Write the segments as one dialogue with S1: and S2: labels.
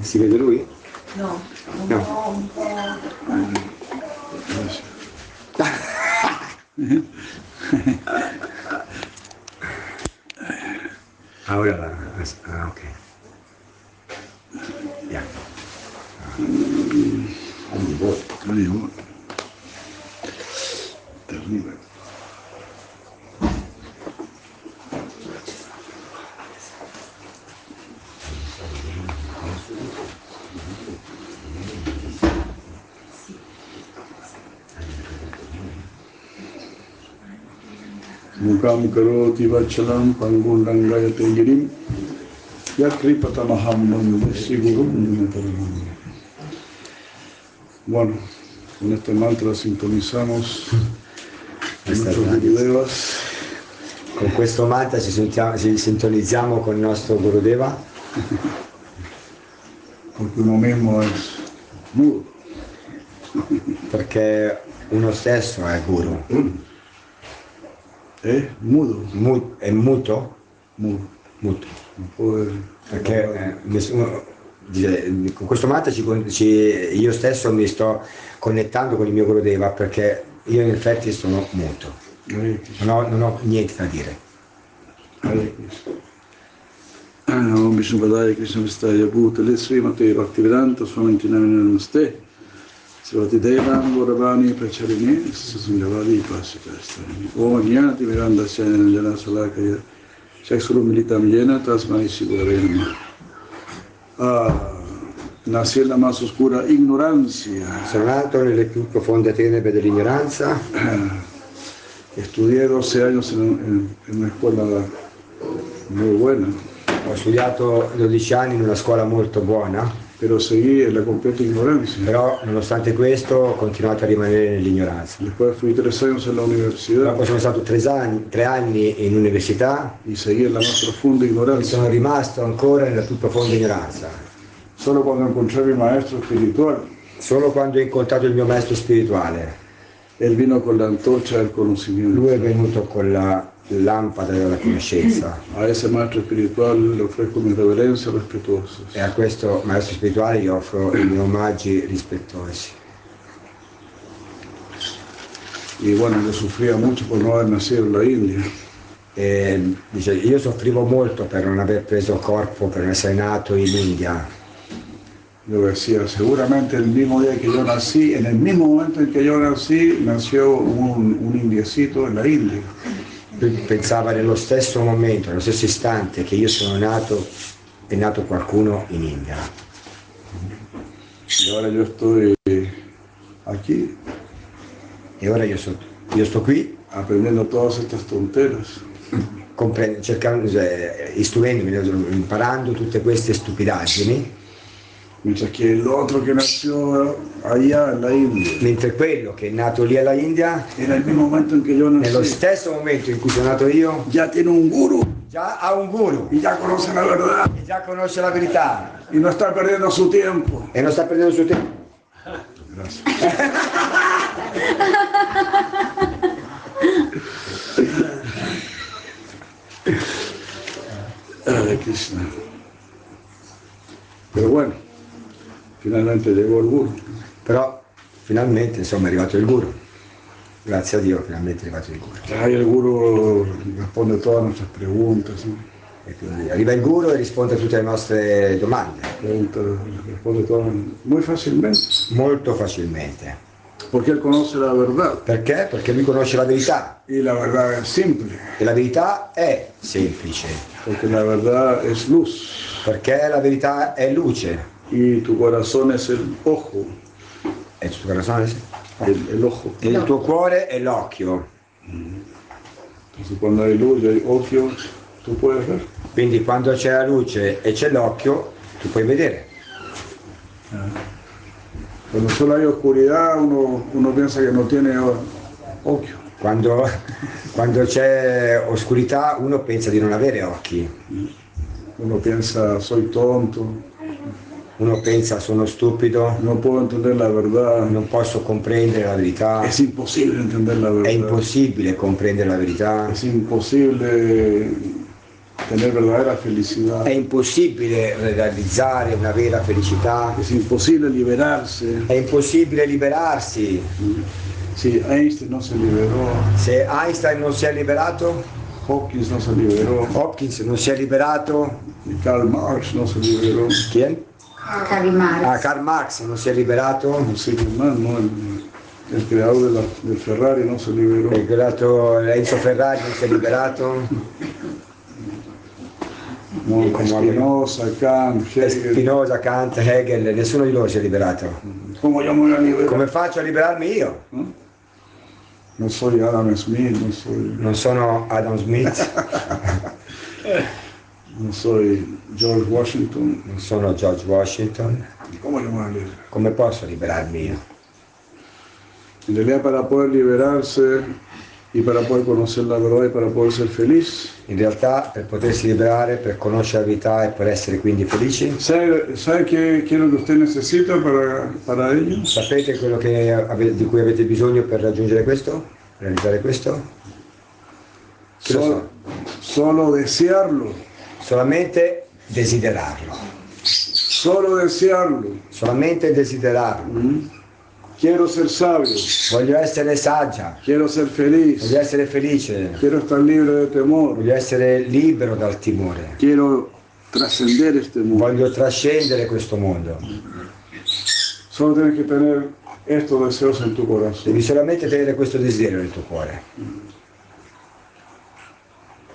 S1: Si vede lui?
S2: No, un
S1: No.
S2: po', un po'.
S1: Ahora la... Ah, ok. Ya. Ah.
S3: Arrivo. Terribile. मुकाम करोति वचनं पङ्गुण्डङ्गयते गिरिं यत्कृपतमहं मन्ये श्रीगुरुं नितरमन्ये Bueno, con este mantra sintonizamos
S1: Questa
S3: nuestros
S1: è la-
S3: gurudevas
S1: Con questo mantra ci, sentiamo- ci sintonizziamo con il nostro Gurudeva
S3: porque uno mismo es guru.
S1: perché uno stesso è Guru.
S3: ¿Eh? Mudo,
S1: Mu- è muto?
S3: mudo.
S1: Muto.
S3: No puedo ver.
S1: Perché eh, nessuno- dice, con questo mantra ci con- ci- io stesso mi sto connettando con il mio Gurudeva perché io in effetti sono muto.
S3: Hare Krishna,
S1: Non ho, non ho niente da dire.
S3: Hare Krishna. Om Vishnu Padaya Krishna Vistaya Bhutale Srimate Bhaktivedanta Swami Tinamina Namaste Sivati Devam Goravani Pracharine Sasunjavadi Pasitastani Om Jnati Miranda Sena Jana Salakaya Chaksuru Militam Yena Tasmai Sivarema ah, Nací en la más oscura ignorancia
S1: Sono nato nelle più profonde tenebre dell'ignoranza,
S3: Estudié 12 años en, en- en una escuela muy buena,
S1: ho studiato 12 anni in una scuola molto buona,
S3: pero seguí en la completa ignorancia.
S1: però nonostante questo ho continuato a rimanere nell'ignoranza.
S3: Después fui tres años en la universidad
S1: Dopo sono stato tre anni, tre anni in università
S3: y seguí en la más profunda
S1: e
S3: ignorancia.
S1: sono rimasto ancora nella più profonda ignoranza.
S3: Solo cuando encontré a mi maestro espiritual,
S1: Solo quando ho incontrato il mio maestro spirituale,
S3: él vino con la antorcha del conocimiento.
S1: lui è venuto con la lampada della conoscenza
S3: A ese maestro espiritual le ofrezco mis reverencias respetuosas.
S1: e a questo maestro spirituale gli offro i miei omaggi rispettosi.
S3: Y bueno, yo sufría mucho por no haber nacido en la India.
S1: E Ehm, dice, io soffrivo molto per non aver preso corpo, per non essere nato in India.
S3: Yo decía, seguramente el mismo día que yo nací, en el mismo momento en que yo nací, nació un, un indiecito en la India.
S1: Lui pensava nello stesso momento, nello stesso istante che io sono nato, è nato qualcuno in India.
S3: Y ahora yo estoy eh, aquí
S1: E ora io, so- io sto qui
S3: aprendiendo todas estas tonteras.
S1: compre- cercando, eh, istruendomi, imparando tutte queste stupidaggini,
S3: Mientras que el otro que nació allá en la India,
S1: mentre quello che è nato lì alla India,
S3: en el mismo momento en que yo
S1: nello
S3: nací,
S1: stesso momento in cui sono nato io,
S3: ya tiene un gurú
S1: già ha un guru
S3: y ya conoce la verdad
S1: e già conosce la verità
S3: y no está perdiendo su tiempo.
S1: e non sta perdendo il suo tempo.
S3: Gracias. Hare Krishna. Pero bueno, finalmente llegó el burro.
S1: Però finalmente insomma è arrivato il guru. Grazie a Dio finalmente è arrivato il guru.
S3: Ahí el guru responde todas nuestras preguntas, ¿no?
S1: E quindi arriva il guru e risponde a tutte le nostre domande
S3: Preguntas, responde todas muy fácilmente,
S1: molto facilmente.
S3: porque él conoce la verdad
S1: Perché? Perché lui conosce la verità
S3: y la verdad es simple,
S1: e la verità è semplice,
S3: porque la verdad es luz
S1: perché la verità è luce.
S3: y tu corazón es el ojo,
S1: E il tuo corazón-
S3: el- el ojo.
S1: e il tuo cuore è l'occhio.
S3: Entonces cuando hay luz y hay ocio, tú puedes ver.
S1: Quindi quando c'è la luce e c'è l'occhio, tu puoi vedere.
S3: Cuando solo hay oscuridad, uno, uno piensa que no tiene o- ocio.
S1: Quando, quando c'è oscurità uno pensa di non avere occhi,
S3: Uno piensa, soy tonto,
S1: uno pensa sono stupido,
S3: no puedo entender la verdad,
S1: non posso comprendere la verità,
S3: es imposible entender la
S1: è
S3: verdad,
S1: impossibile comprendere la verità.
S3: es imposible tener verdadera felicidad.
S1: È impossibile realizzare una vera felicità,
S3: Es imposible liberarse.
S1: è impossibile liberarsi.
S3: Si Einstein no se liberó,
S1: Se Einstein non si è liberato,
S3: Hopkins no se liberó,
S1: Hopkins non si è liberato,
S3: y Karl Marx no se liberó,
S1: chi è? Ah,
S4: Calimari.
S1: Karl Marx non si è liberato,
S3: no sé quién más, ¿no? El, el creador de la- del Ferrari no se liberó.
S1: il creato Enzo Ferrari non si è liberato,
S3: No, Espinosa, Kant, Hegel.
S1: Spinoza, Kant, Hegel, nessuno di loro si è liberato.
S3: ¿Cómo yo me voy a liberar?
S1: Come faccio a liberarmi io?
S3: No soy Adam Smith, no soy,
S1: Non sono Adam Smith,
S3: no soy George Washington.
S1: non sono George Washington,
S3: ¿Cómo yo me voy a liberar?
S1: come posso liberarmi io?
S3: En realidad para poder liberarse y para poder conocer la verdad y para poder ser feliz,
S1: In realtà per potersi liberare, per conoscere la verità e per essere quindi felici,
S3: ¿sabe, sabe qué, qué es lo que usted necesita para, para ello?
S1: sapete quello che ave- di cui avete bisogno per raggiungere questo? Realizzare questo? Che lo
S3: Sol- solo desearlo,
S1: Solamente desiderarlo,
S3: solo desearlo.
S1: solamente desiderarlo.
S3: ¿Mm? Quiero ser sabio,
S1: Voglio essere saggia,
S3: quiero ser
S1: voglio
S3: feliz,
S1: essere felice,
S3: quiero estar libre de temor,
S1: voglio essere libero dal timore,
S3: quiero trascender este mundo.
S1: voglio trascendere questo mondo.
S3: Solo tienes que tener estos deseos en tu corazón.
S1: Devi solamente tenere questo desiderio nel tuo cuore.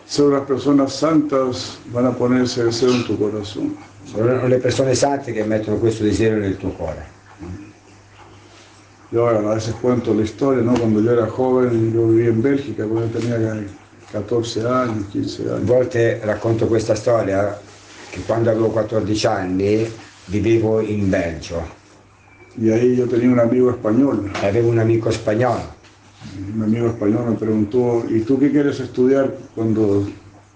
S3: Solo las personas santas van a poner ese deseo en tu corazón.
S1: Sono le persone sante che mettono questo desiderio nel tuo cuore.
S3: Yo a veces cuento la historia, ¿no? Cuando yo era joven, yo vivía en Bélgica, cuando yo tenía 14 años, 15
S1: A
S3: años.
S1: volte racconto questa storia che quando avevo 14 anni vivevo in Belgio
S3: Y ahí yo tenía un amigo español.
S1: e avevo un amico spagnolo.
S3: Un amigo español me preguntó, ¿y tú qué quieres estudiar cuando,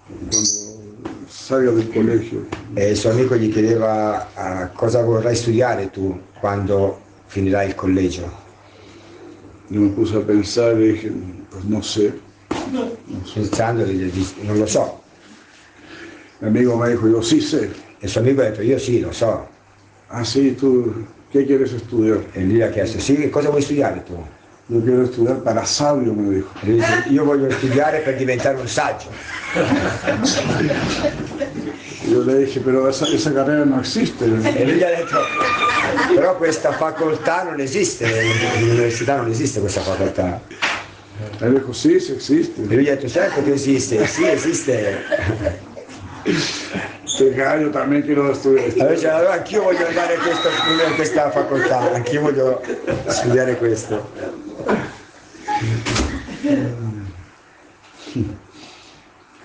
S3: cuando salgas del colegio?
S1: E il suo amico gli chiedeva "Ah, cosa vorrai studiare tu quando finirai il collegio.
S3: Yo me puse a pensar y dije, pues no sé.
S1: Pensando gli dissi, non lo so.
S3: Mi amigo me dijo, yo sí sé.
S1: E il suo amico ha detto io sì, lo so.
S3: Ah, sí, tú, ¿qué quieres estudiar?
S1: E lui gli ha chiesto sì, che cosa vuoi studiare tu?
S3: Yo quiero estudiar para sabio, me dijo.
S1: E lui dice io voglio studiare per diventare un saggio.
S3: Y yo le dije, pero esa, esa carrera no existe.
S1: E lui gli ha detto però questa facoltà non esiste, nell'università non esiste questa facoltà.
S3: Él dijo, sí, sí
S1: E
S3: existe.
S1: lui gli ha detto, certo che esiste, sì esiste.
S3: Dije, ah, yo también quiero estudiar.
S1: Allora, dice, allora anch'io voglio andare a questo- in questa facoltà, anch'io voglio studiare questo.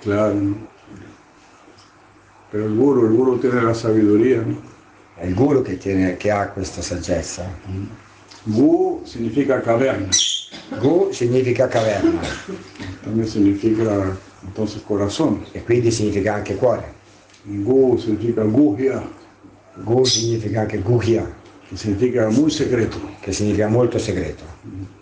S3: Claro. ¿no? Pero el guru, el guru tiene la sabiduría. ¿no?
S1: È il guru che, tiene- che ha questa saggezza.
S3: Gu significa caverna.
S1: Gu significa caverna
S3: También significa entonces corazón.
S1: e quindi significa anche cuore.
S3: Gu significa guhya,
S1: Gu significa anche guhya,
S3: que significa muy secreto.
S1: che significa molto segreto.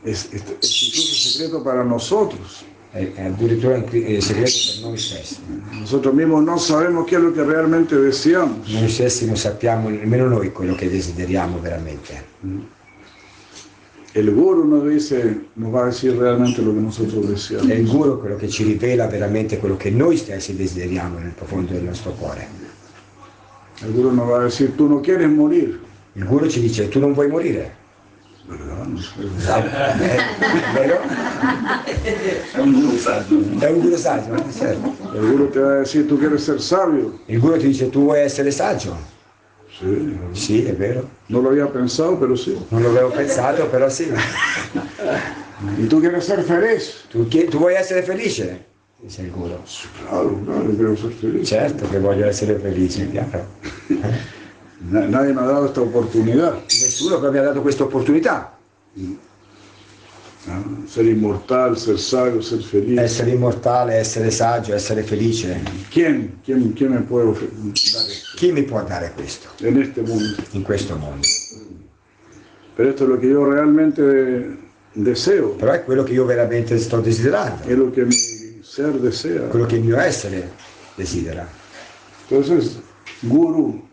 S3: Es, es- es incluso secreto para nosotros.
S1: È, è addirittura anche- è segreto per noi stessi.
S3: Nosotros mismos no sabemos qué es lo que realmente deseamos.
S1: Noi stessi non sappiamo nemmeno noi quello che desideriamo veramente.
S3: El guru nos dice, nos va a decir realmente lo que nosotros
S1: È il
S3: deseamos.
S1: guru quello che ci rivela veramente quello che noi stessi desideriamo nel profondo del nostro cuore.
S3: El guru nos va a decir, tú no quieres morir.
S1: Il guru ci dice tu non vuoi morire, Ah, eh,
S3: ¿Verdad?
S1: vero? È un guru saggio, eh, certo.
S3: El guru te va a decir, tú quieres ser sabio.
S1: Il guru ti dice tu vuoi essere saggio.
S3: Sí.
S1: Sì, è vero.
S3: No lo había pensado, però sí.
S1: Non l'avevo pensato, però sì.
S3: ¿Y tú quieres ser feliz?
S1: Tu, chie- tu vuoi essere felice? Dice il guru.
S3: Claro, claro, yo quiero ser feliz.
S1: Certo che voglio essere felice, chiaro.
S3: Na- Nadie me ha dado esta oportunidad.
S1: Nessuno che mi ha dato questa opportunità.
S3: ¿no? Ser inmortal, ser sabio, ser feliz.
S1: Essere immortale, essere saggio, essere felice.
S3: ¿Quién, quién, quién me puede ofre- dar esto
S1: Chi mi può dare questo
S3: en este mundo?
S1: in questo mondo?
S3: Pero esto es lo que yo realmente deseo.
S1: Però è quello che io veramente sto desiderando,
S3: Es lo que mi ser desea.
S1: quello che il mio essere desidera.
S3: Entonces, guru,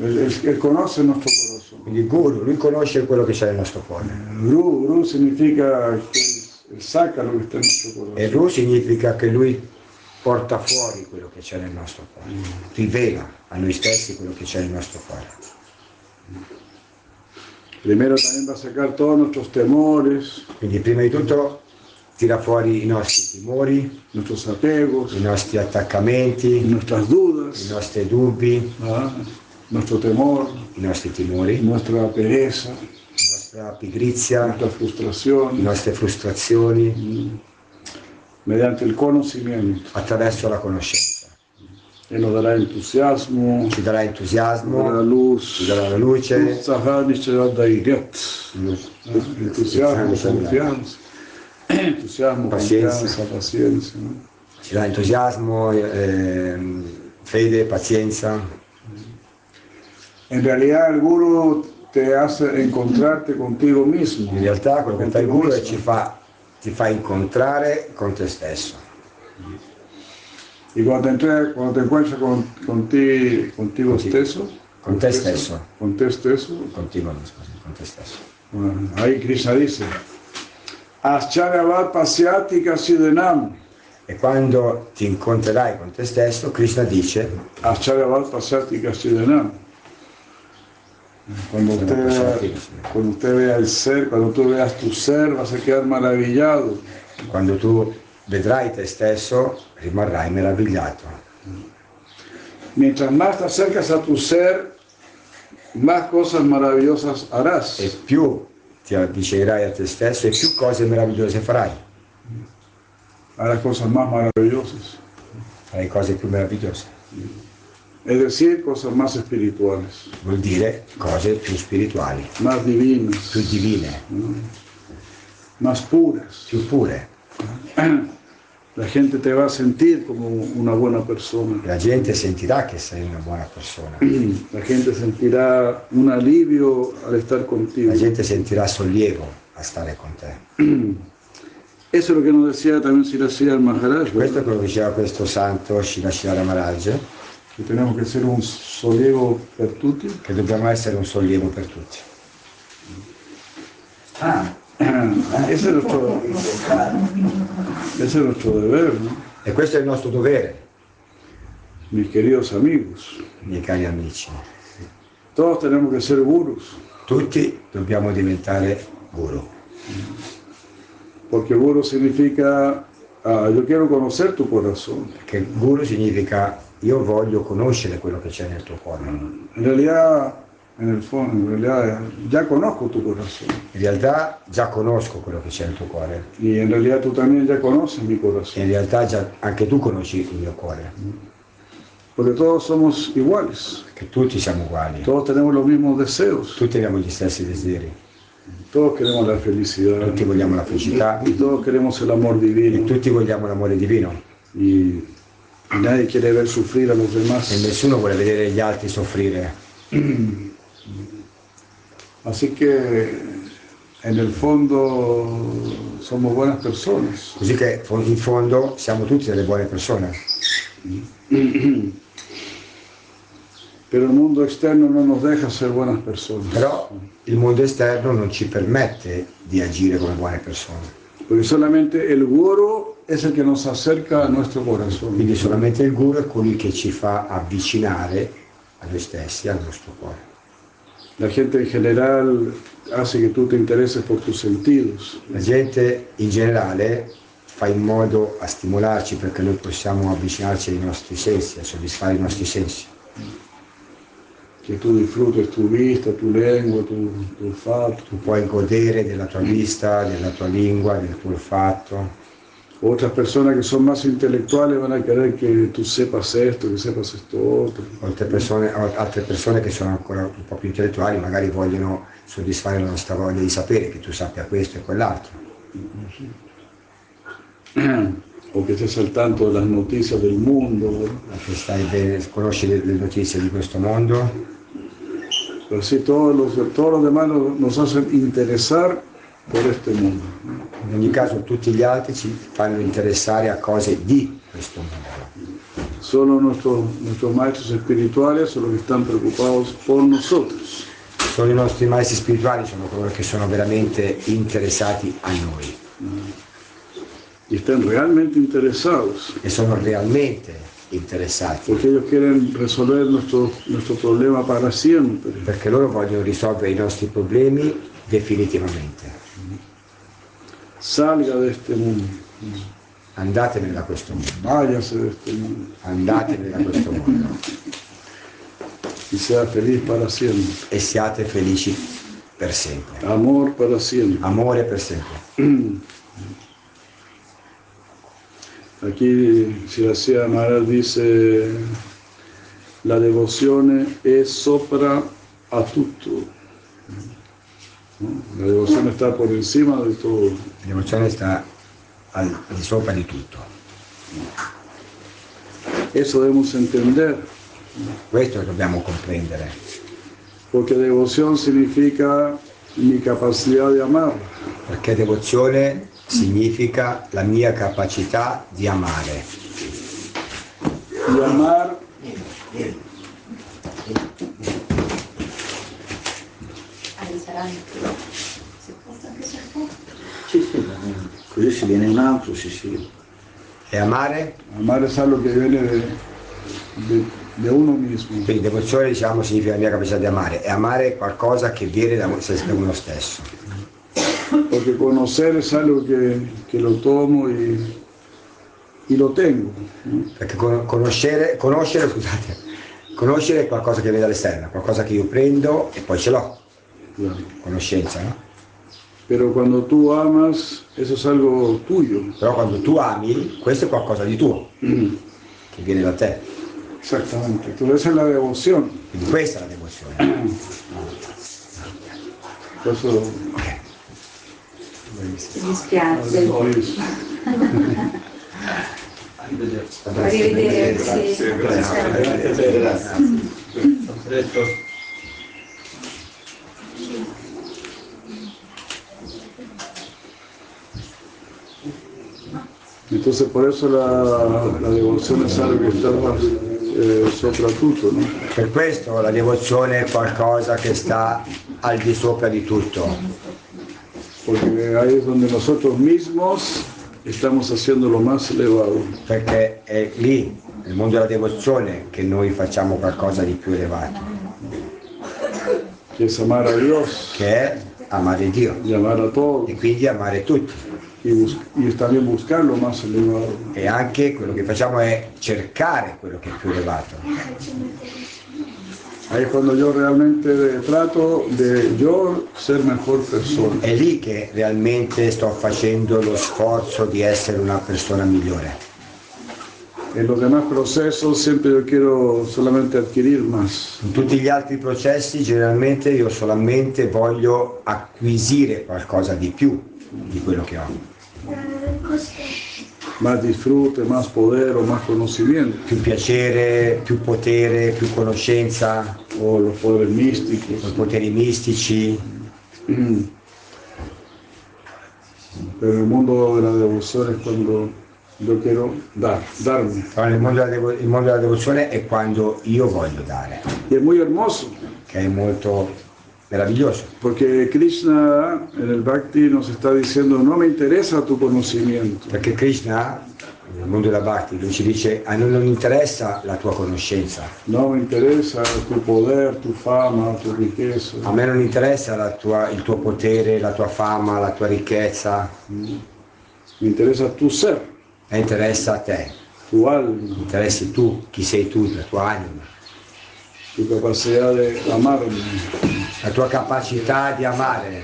S3: el, el- el conoce nuestro corazón.
S1: Quindi Guru, lui conosce quello che c'è nel nostro cuore.
S3: Guru, guru significa que él saca lo que está en nuestro
S1: E
S3: corazón.
S1: Ru significa che lui porta fuori quello che c'è nel nostro cuore, rivela a noi stessi quello che c'è nel nostro cuore.
S3: Primero también va a sacar todos nuestros temores,
S1: Quindi prima di tutto tira fuori i nostri timori,
S3: nuestros apegos,
S1: i nostri attaccamenti,
S3: nuestras
S1: i
S3: dudas,
S1: nostri dubbi,
S3: ¿verdad? nuestro temor,
S1: i nostri timori, la
S3: nuestra pereza,
S1: nostra pigrizia,
S3: nuestra
S1: le
S3: frustración,
S1: nostre frustrazioni
S3: mediante el conocimiento.
S1: attraverso la conoscenza.
S3: Él nos dará entusiasmo,
S1: Ci darà
S3: nos dará
S1: entusiasmo, ci
S3: luz.
S1: darà la luce,
S3: Sahan y Shabbat Dairyat. Entusiasmo,
S1: ci
S3: confianza. Entusiasmo,
S1: Paciencia.
S3: confianza, paciencia. ¿no?
S1: darà entusiasmo, ehm, fede, pazienza.
S3: En realidad el guru te hace encontrarte contigo mismo.
S1: In realtà quello che fa il guru è ci fa, ti fa incontrare con te stesso.
S3: Y cuando te, entre- cuando te encuentras con, con ti, contigo
S1: Contigo.
S3: esteso,
S1: Con te stesso.
S3: con te esteso,
S1: Continua, scusa, con te stesso.
S3: bueno, ahí Krishna dice, Ascharabad Pasiatika Sidenam,
S1: E quando ti incontrerai con te stesso, Krishna dice,
S3: Ascharabad Pasiatika Sidenam. Cuando usted, cuando usted vea el ser, cuando tú veas tu ser, vas a quedar maravillado.
S1: quando tu vedrai te stesso rimarrai meravigliato.
S3: Mientras más te acercas a tu ser, más cosas maravillosas harás.
S1: E più ti avvicinerai a te stesso e più cose meravigliose farai.
S3: Harás cosas más maravillosas.
S1: Farai cose più meravigliose.
S3: Es decir, cosas más espirituales,
S1: Vuol dire cose più spirituali,
S3: más divinas,
S1: più divine,
S3: más puras.
S1: più pure.
S3: La gente te va a sentir como una buena persona.
S1: La gente sentirà che sei una buona persona.
S3: La gente sentirá un alivio al estar contigo.
S1: La
S3: Eso
S1: gente sentirà sollievo a stare con te.
S3: es lo que nos decía también si hacía el Maharaj,
S1: Questo
S3: ¿verdad?
S1: è quello che diceva questo santo Shilashila Maharaj,
S3: que tenemos que ser un soliego pertuti.
S1: che dobbiamo essere un sollievo per tutti.
S3: Ah, Ese es nuestro, ese es nuestro deber, ¿no?
S1: E questo è il nostro dovere,
S3: mis queridos amigos.
S1: miei cari amici.
S3: Todos tenemos que ser gurus,
S1: Tutti dobbiamo diventare guru,
S3: porque guru significa ah, yo quiero conocer tu corazón.
S1: perché guru significa io voglio conoscere quello che c'è nel tuo cuore. In
S3: En realidad, en el fondo, en realidad ya conozco tu corazón
S1: realtà già conosco quello che c'è nel tuo cuore,
S3: y en realidad tú también ya conoces mi
S1: e
S3: corazón,
S1: in realtà già anche tu conosci il mio cuore,
S3: porque todos somos iguales,
S1: perché tutti siamo uguali,
S3: todos tenemos los mismos deseos,
S1: tutti abbiamo gli stessi desideri,
S3: todos queremos la felicidad
S1: tutti vogliamo la felicità
S3: y todos queremos el amor
S1: e
S3: divino
S1: tutti vogliamo l'amore divino.
S3: y nadie quiere ver sufrir a los
S1: E
S3: demás.
S1: nessuno vuole vedere gli altri soffrire.
S3: Así que en el fondo somos buenas personas.
S1: Così che fo- in fondo siamo tutti delle buone persone,
S3: Pero el mundo externo no nos deja ser buenas personas,
S1: però il mondo esterno non ci permette di agire come buone persone.
S3: porque solamente el guru es el que nos acerca a nuestro corazón.
S1: Quindi solamente il guru è colui che ci fa avvicinare a noi stessi, al nostro cuore.
S3: La gente en general hace que tú te intereses por tus sentidos,
S1: La gente in generale fa in modo a stimolarci perché noi possiamo avvicinarci ai nostri sensi, a soddisfare i nostri sensi,
S3: que tú disfrutes tu vista, tu lengua, tu, tu olfato.
S1: tu puoi godere della tua vista, della tua lingua, del tuo olfatto.
S3: Otras personas que son más intelectuales van a querer que tú sepas esto, que sepas esto otro.
S1: Altre persone, altre persone che sono ancora un po' più intellettuali magari vogliono soddisfare la nostra voglia di sapere, che tu sappia questo e quell'altro,
S3: o que estés al tanto de las noticias del mundo. ¿verdad?
S1: che stai bene, conosci le- le notizie di questo mondo,
S3: Pero sí, todos los, todos los demás nos, nos hacen interesar por este mundo.
S1: In ogni caso tutti gli altri ci fanno interessare a cose di questo mondo.
S3: Solo nuestros, nuestros maestros espirituales son los que están preocupados por nosotros.
S1: Solo i nostri maestri spirituali sono coloro che sono veramente interessati a noi
S3: Y están realmente interesados,
S1: e sono realmente interessati
S3: porque ellos quieren resolver nuestro, nuestro problema para siempre.
S1: perché loro vogliono risolvere i nostri problemi definitivamente.
S3: Salga de este mundo,
S1: Andatevene da questo mondo,
S3: váyase de este mundo
S1: andatevene da questo mondo
S3: y sea feliz para siempre.
S1: e siate felici per sempre.
S3: Amor para siempre.
S1: Amore per sempre.
S3: Aquí Siracía Maharaj dice, la devozione è sopra a tutto. ¿No? La devoción está por encima de todo.
S1: La devozione sta al di sopra di tutto.
S3: Eso debemos entender,
S1: Questo dobbiamo comprendere,
S3: porque devoción significa mi capacidad de amar.
S1: perché devozione significa la mia capacità di amare.
S3: Y amar
S2: Ahí saranno. Si porta anche se può.
S4: Sì, sì, va bene. così se Pues viene un altro, sì, sì.
S1: E amare,
S3: Amar es algo que viene de, de- de uno mismo.
S1: quindi devozione diciamo significa la mia capacità di amare, e amare è qualcosa che viene da se- da uno stesso.
S3: Porque conocer es algo que, que lo tomo y, y lo tengo. ¿no?
S1: Perché con- conoscere, conoscere, scusate, conoscere è qualcosa che viene dall'esterno, qualcosa che io prendo e poi ce l'ho, conoscenza, no?
S3: Pero cuando tú amas, eso es algo tuyo.
S1: Però quando tu ami, questo è qualcosa di tuo, che viene da te.
S3: Exactamente. Entonces esa es la devoción.
S1: Quindi questa è la devozione.
S3: Por eso
S2: Mi dispiace.
S3: Luis,
S2: Arrivederci.
S3: Entonces por eso la, la devoción es algo que está más eh, sopratuto, ¿no?
S1: Per questo la devozione è qualcosa che sta al di sopra di tutto,
S3: Porque ahí es donde nosotros mismos estamos haciendo lo más elevado.
S1: perché è lì, nel mondo della devozione, che noi facciamo qualcosa di più elevato,
S3: que es amar a Dios
S1: che è amare Dio
S3: y amar a todos
S1: e quindi amare tutti.
S3: y, bus- y también buscar lo más elevado.
S1: E anche quello che facciamo è cercare quello che è più elevato.
S3: Ahí es cuando yo realmente de- trato de yo ser mejor persona.
S1: È lì che realmente sto facendo lo sforzo di essere una persona migliore.
S3: En los demás procesos siempre yo quiero solamente adquirir más.
S1: In tutti gli altri processi generalmente io solamente voglio acquisire qualcosa di più di quello che ho.
S3: Más disfrute, más poder o más conocimiento.
S1: Più piacere, più potere, più conoscenza,
S3: O los poderes místicos.
S1: poteri mistici.
S3: Pero el mundo de la devoción es cuando yo quiero dar, darme.
S1: Però nel mondo della devo- il mondo della devozione è quando io voglio dare,
S3: Y es muy hermoso.
S1: che è molto meraviglioso.
S3: Porque Krishna en el Bhakti nos está diciendo, no me interesa tu conocimiento,
S1: Perché Krishna, nel mondo della Bhakti, lui ci dice a noi non interessa la tua conoscenza,
S3: no me interesa tu poder, tu fama, tu riqueza.
S1: a me non interessa la tua- il tuo potere, la tua fama, la tua ricchezza,
S3: Me interesa tu ser,
S1: e interessa a te,
S3: tu alma,
S1: interessi tu, chi sei tu, la tua anima,
S3: tu capacidad de amarme.
S1: la tua capacità di amare.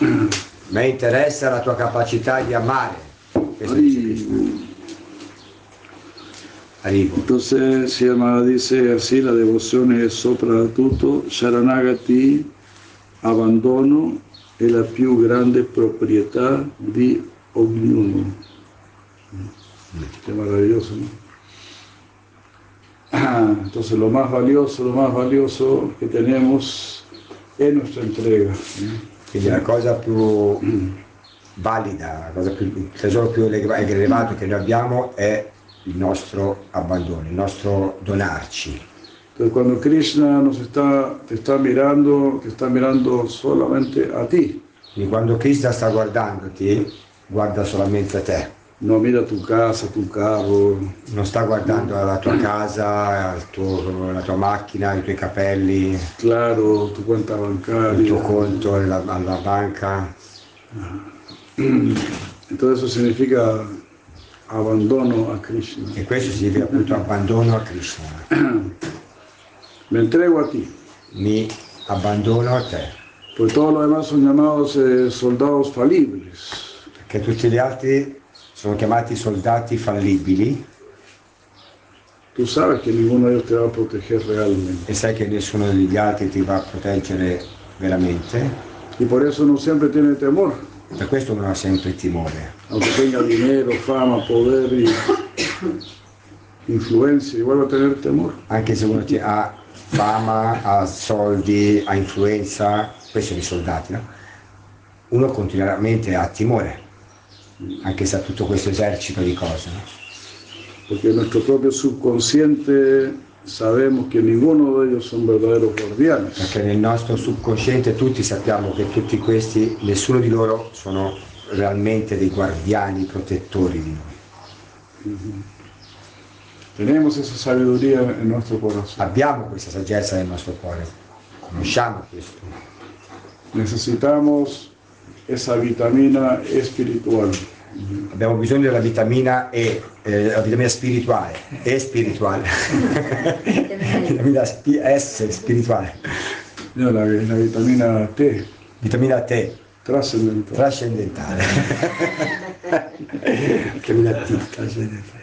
S1: A me interessa la tua capacità di amare. Questo dice Krishna. Arrivo.
S3: Entonces, si Amada dice así, la devoción es sopra tutto, Sharanagati, abandono, è la più grande propietà di ognuno. Qué maravilloso, ¿no? Ah, Entonces, lo más valioso, lo más valioso que tenemos es nuestra entrega. ¿no?
S1: Quindi la cosa più valida, la cosa più- il tesoro più eleva- elevato che noi abbiamo è il nostro abbandono, il nostro donarci.
S3: Entonces cuando Krishna nos está, te está mirando, te está mirando solamente a ti.
S1: Quindi quando Krishna sta guardandoti, guarda solamente te,
S3: No mira tu casa, tu carro,
S1: non sta guardando la tua casa, il tuo- la tua macchina, i tuoi capelli, il
S3: claro, tu cuenta
S1: tuo
S3: bancaria.
S1: conto alla, alla banca.
S3: Entonces eso significa abandono a Krishna.
S1: E questo significa appunto abbandono a Krishna.
S3: Me entrego a ti.
S1: Mi abbandono a te,
S3: Pues todos los demás son llamados eh, soldados falibles.
S1: perché tutti gli altri sono chiamati soldati fallibili
S3: Tú sabes que ninguno de ellos te va a proteger realmente.
S1: e sai che nessuno degli altri ti va a proteggere veramente.
S3: Y por eso no siempre tiene temor,
S1: Per questo uno ha sempre timore,
S3: aunque tenga dinero, fama, poder y influencia, igual va a tener temor.
S1: anche se uno ti- ha fama, ha soldi, ha influenza, questi sono i soldati, no? Uno continuamente ha timore, anche se ha tutto questo esercito di cose. no?
S3: Porque en nuestro propio subconsciente sabemos que ninguno de ellos son verdaderos guardianes.
S1: Perché nel nostro subconsciente tutti sappiamo che tutti questi, nessuno di loro sono realmente dei guardiani protettori di noi.
S3: Tenemos esa sabiduría en nuestro corazón.
S1: Abbiamo questa saggezza nel nostro cuore, conosciamo questo,
S3: Necesitamos esa vitamina espiritual.
S1: abbiamo bisogno della vitamina E, eh, la vitamina spirituale, E spirituale, vitamina spi- S spirituale,
S3: No, la, la vitamina T,
S1: vitamina T
S3: trascendental.
S1: trascendentale. vitamina T trascendentale.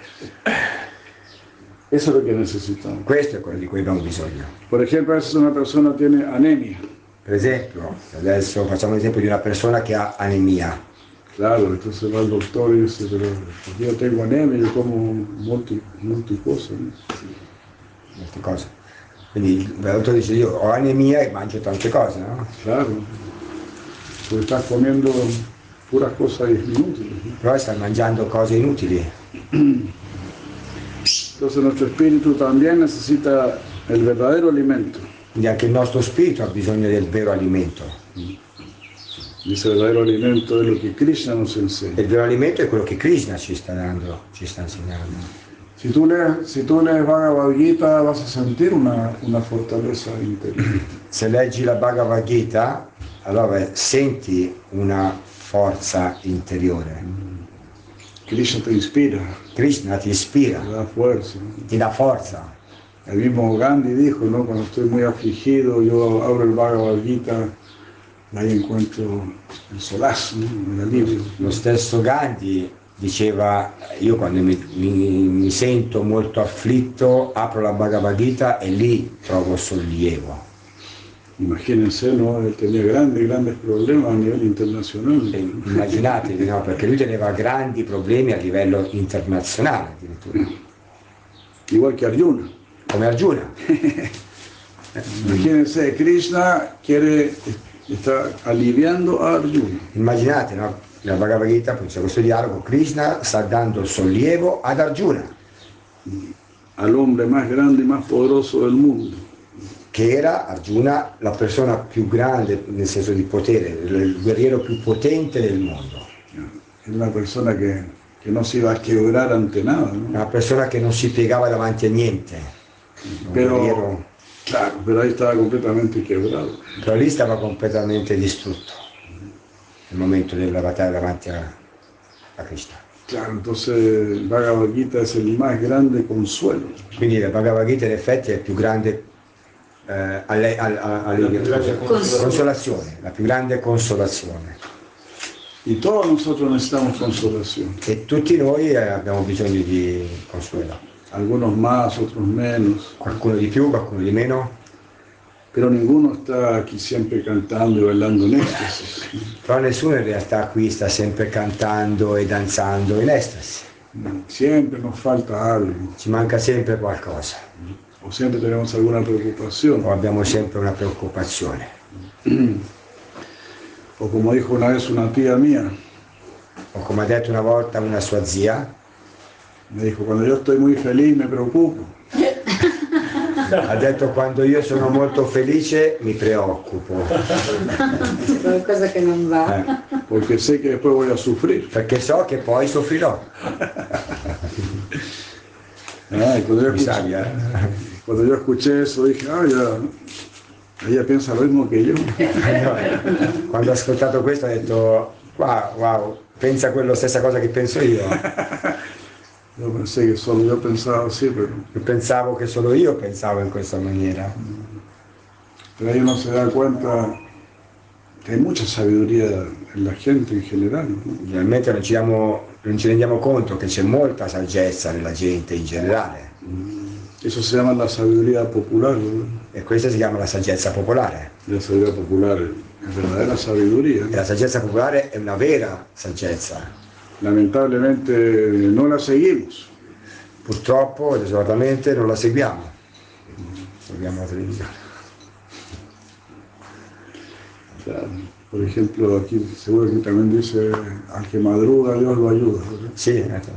S3: Eso es lo que necesitamos.
S1: Questo è quello di cui abbiamo bisogno.
S3: Por ejemplo, a veces una persona tiene anemia.
S1: Per esempio, adesso facciamo l'esempio di una persona che ha anemia.
S3: Claro, entonces va al doctor y dice, pero yo tengo anemia, yo como multi, multi cosas, ¿no?
S1: molte cose. Quindi l'altro dice io ho anemia e mangio tante cose, no?
S3: Claro, porque estás comiendo puras cosas inútiles. ¿no?
S1: Però stai mangiando cose inutili.
S3: Entonces nuestro espíritu también necesita el verdadero alimento.
S1: Quindi anche il nostro spirito ha bisogno del vero alimento.
S3: Y ese verdadero alimento es lo que Krishna nos
S1: E
S3: enseña.
S1: il vero alimento è quello che Krishna ci sta dando, ci sta insegnando.
S3: Si tú lees, si tú lees Bhagavad Gita vas a sentir una, una fortaleza interior.
S1: Se leggi la Bhagavad Gita, allora beh, senti una forza interiore.
S3: Krishna te inspira,
S1: Krishna ti
S3: te
S1: ispira,
S3: da fuerza. ¿no?
S1: ti dà forza.
S3: El mismo Gandhi dijo, ¿no? Cuando estoy muy afligido, yo abro el Bhagavad Gita, y ahí encuentro el solaz, ¿no? El alivio.
S1: Lo stesso Gandhi diceva, io quando mi, mi- mi sento molto afflitto apro la Bhagavad Gita e lì trovo sollievo.
S3: Imagínense, ¿no? Él tenía grandes, grandes problemas a nivel internacional.
S1: E immaginatevi, no? perché lui teneva grandi problemi a livello internazionale addirittura,
S3: Igual que Arjuna.
S1: come Arjuna.
S3: Imagínense, Krishna quiere, está aliviando a Arjuna.
S1: Immaginate, no? la Bhagavad Gita, appunto, c'è questo dialogo, Krishna sta dando sollievo ad Arjuna,
S3: al hombre más grande y más poderoso del mundo.
S1: che era Arjuna la persona più grande nel senso di potere, il guerriero più potente del mondo.
S3: Es una persona que, que no se iba a quebrar ante nada, ¿no?
S1: una persona che non si piegava davanti a niente, Un
S3: Pero,
S1: guerriero-
S3: claro, pero ahí estaba completamente quebrado.
S1: però lì stava completamente distrutto nel momento della battaglia davanti a, a Krishna.
S3: Claro, entonces Bhagavad Gita es el más grande consuelo.
S1: Quindi la Bhagavad Gita in effetti è il più grande eh, alle- al- al- alle-
S4: più grande
S1: consolazione. la più grande consolazione.
S3: Y todos nosotros necesitamos consolación.
S1: E tutti noi eh, abbiamo bisogno di consuelo,
S3: Algunos más, otros menos.
S1: qualcuno di più, qualcuno di meno,
S3: Pero ninguno está aquí siempre cantando y bailando en éxtasis.
S1: però nessuno in realtà qui sta sempre cantando e danzando in estasi,
S3: Siempre nos falta algo.
S1: ci manca sempre qualcosa.
S3: O siempre tenemos alguna preocupación.
S1: o abbiamo sempre una preoccupazione.
S3: O como dijo una vez una tía mía,
S1: o come ha detto una volta una sua zia,
S3: Me dijo, cuando yo estoy muy feliz me preocupo.
S1: ha detto quando io sono molto felice mi preoccupo,
S2: c'è qualcosa che non va.
S1: eh,
S3: porque sé que después voy a sufrir.
S1: perché so che poi soffrirò,
S3: Ah, y cuando, yo
S1: mi
S3: escuché,
S1: sappia. eh.
S3: cuando yo escuché eso dije, ah, ya, ella piensa lo mismo que yo.
S1: No, Quando ho ascoltato questo ho detto wow, wow, pensa quello stessa cosa che penso io.
S3: Yo pensé que solo yo pensaba así, pero,
S1: Io Pensavo che solo io pensavo in questa maniera.
S3: pero ahí uno se da cuenta que hay mucha sabiduría en la gente en general. ¿no?
S1: Realmente non ci, diamo- non ci rendiamo conto che c'è molta saggezza nella gente in generale
S3: Eso se llama la sabiduría popular. ¿no?
S1: e questa si chiama la saggezza popolare.
S3: La sabiduría popular es verdadera sabiduría.
S1: E la saggezza popolare è una vera saggezza.
S3: Lamentablemente no la seguimos.
S1: Purtroppo, desolatamente, non la seguiamo. Seguiamo la televisione.
S3: Por ejemplo, aquí seguro que también dice, al que madruga Dios lo ayuda. ¿verdad?
S1: Sì, ecco.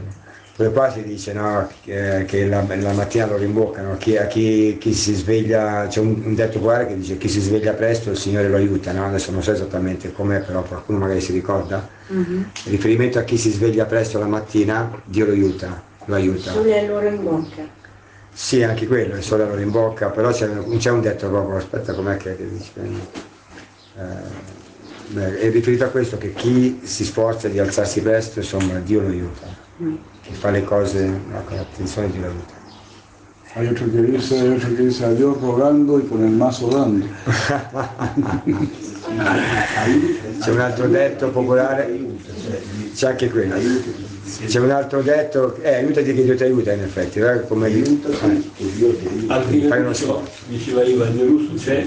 S1: pure qua si dice no, che, che la, la mattina lo rimboccano, chi, a chi, chi si sveglia, c'è un, un detto popolare che dice chi si sveglia presto il Signore lo aiuta, no? adesso non so esattamente com'è, però qualcuno magari si ricorda,
S2: Mhm.
S1: Il riferimento a chi si sveglia presto la mattina, Dio lo aiuta, lo aiuta.
S2: Sulle loro in bocca.
S1: Sì, anche quello, il sole lo rimbocca, però c'è, c'è un detto proprio, aspetta com'è che, che dice. Eh, beh, è riferito a questo che chi si sforza di alzarsi presto, insomma, Dio lo aiuta
S2: Mm.
S1: che fa le cose no, con attenzione di vita.
S3: Hay otro que dice, hay otro que dice a Dios rogando y con el mazo dando.
S1: C'è un altro detto popolare, c'è anche quello. C'è un altro detto, eh, aiutati che Dio ti aiuta in effetti, eh, come
S4: Aiutati che Dio ti aiuta.
S5: Al fine
S1: Fai uno
S5: russo, diceva Ivan, il russo c'è,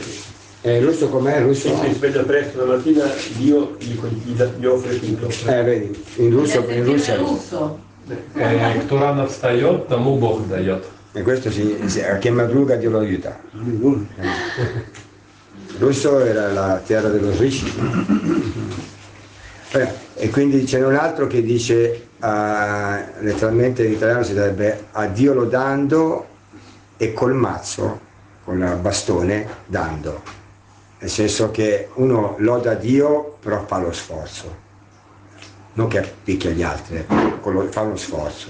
S1: Eh, il russo com'è? Il
S5: se si
S1: russo?
S5: sveglia presto la mattina, Dio gli, gli, da- gli offre tutto.
S1: Eh, vedi, in russo, in russo
S6: Э, Кто рано встает, тому Бог дает.
S1: e questo si, si, a chi madruga Dio lo aiuta.
S3: Ah, ninguno.
S1: Il russo era la terra dello Rishi. Eh, E quindi c'è un altro che dice, eh, letteralmente in italiano si direbbe a Dio lodando e col mazzo, con il bastone, dando. Nel senso che uno loda Dio però fa lo sforzo, non che picchia gli altri, ecco, con lo- fa uno sforzo.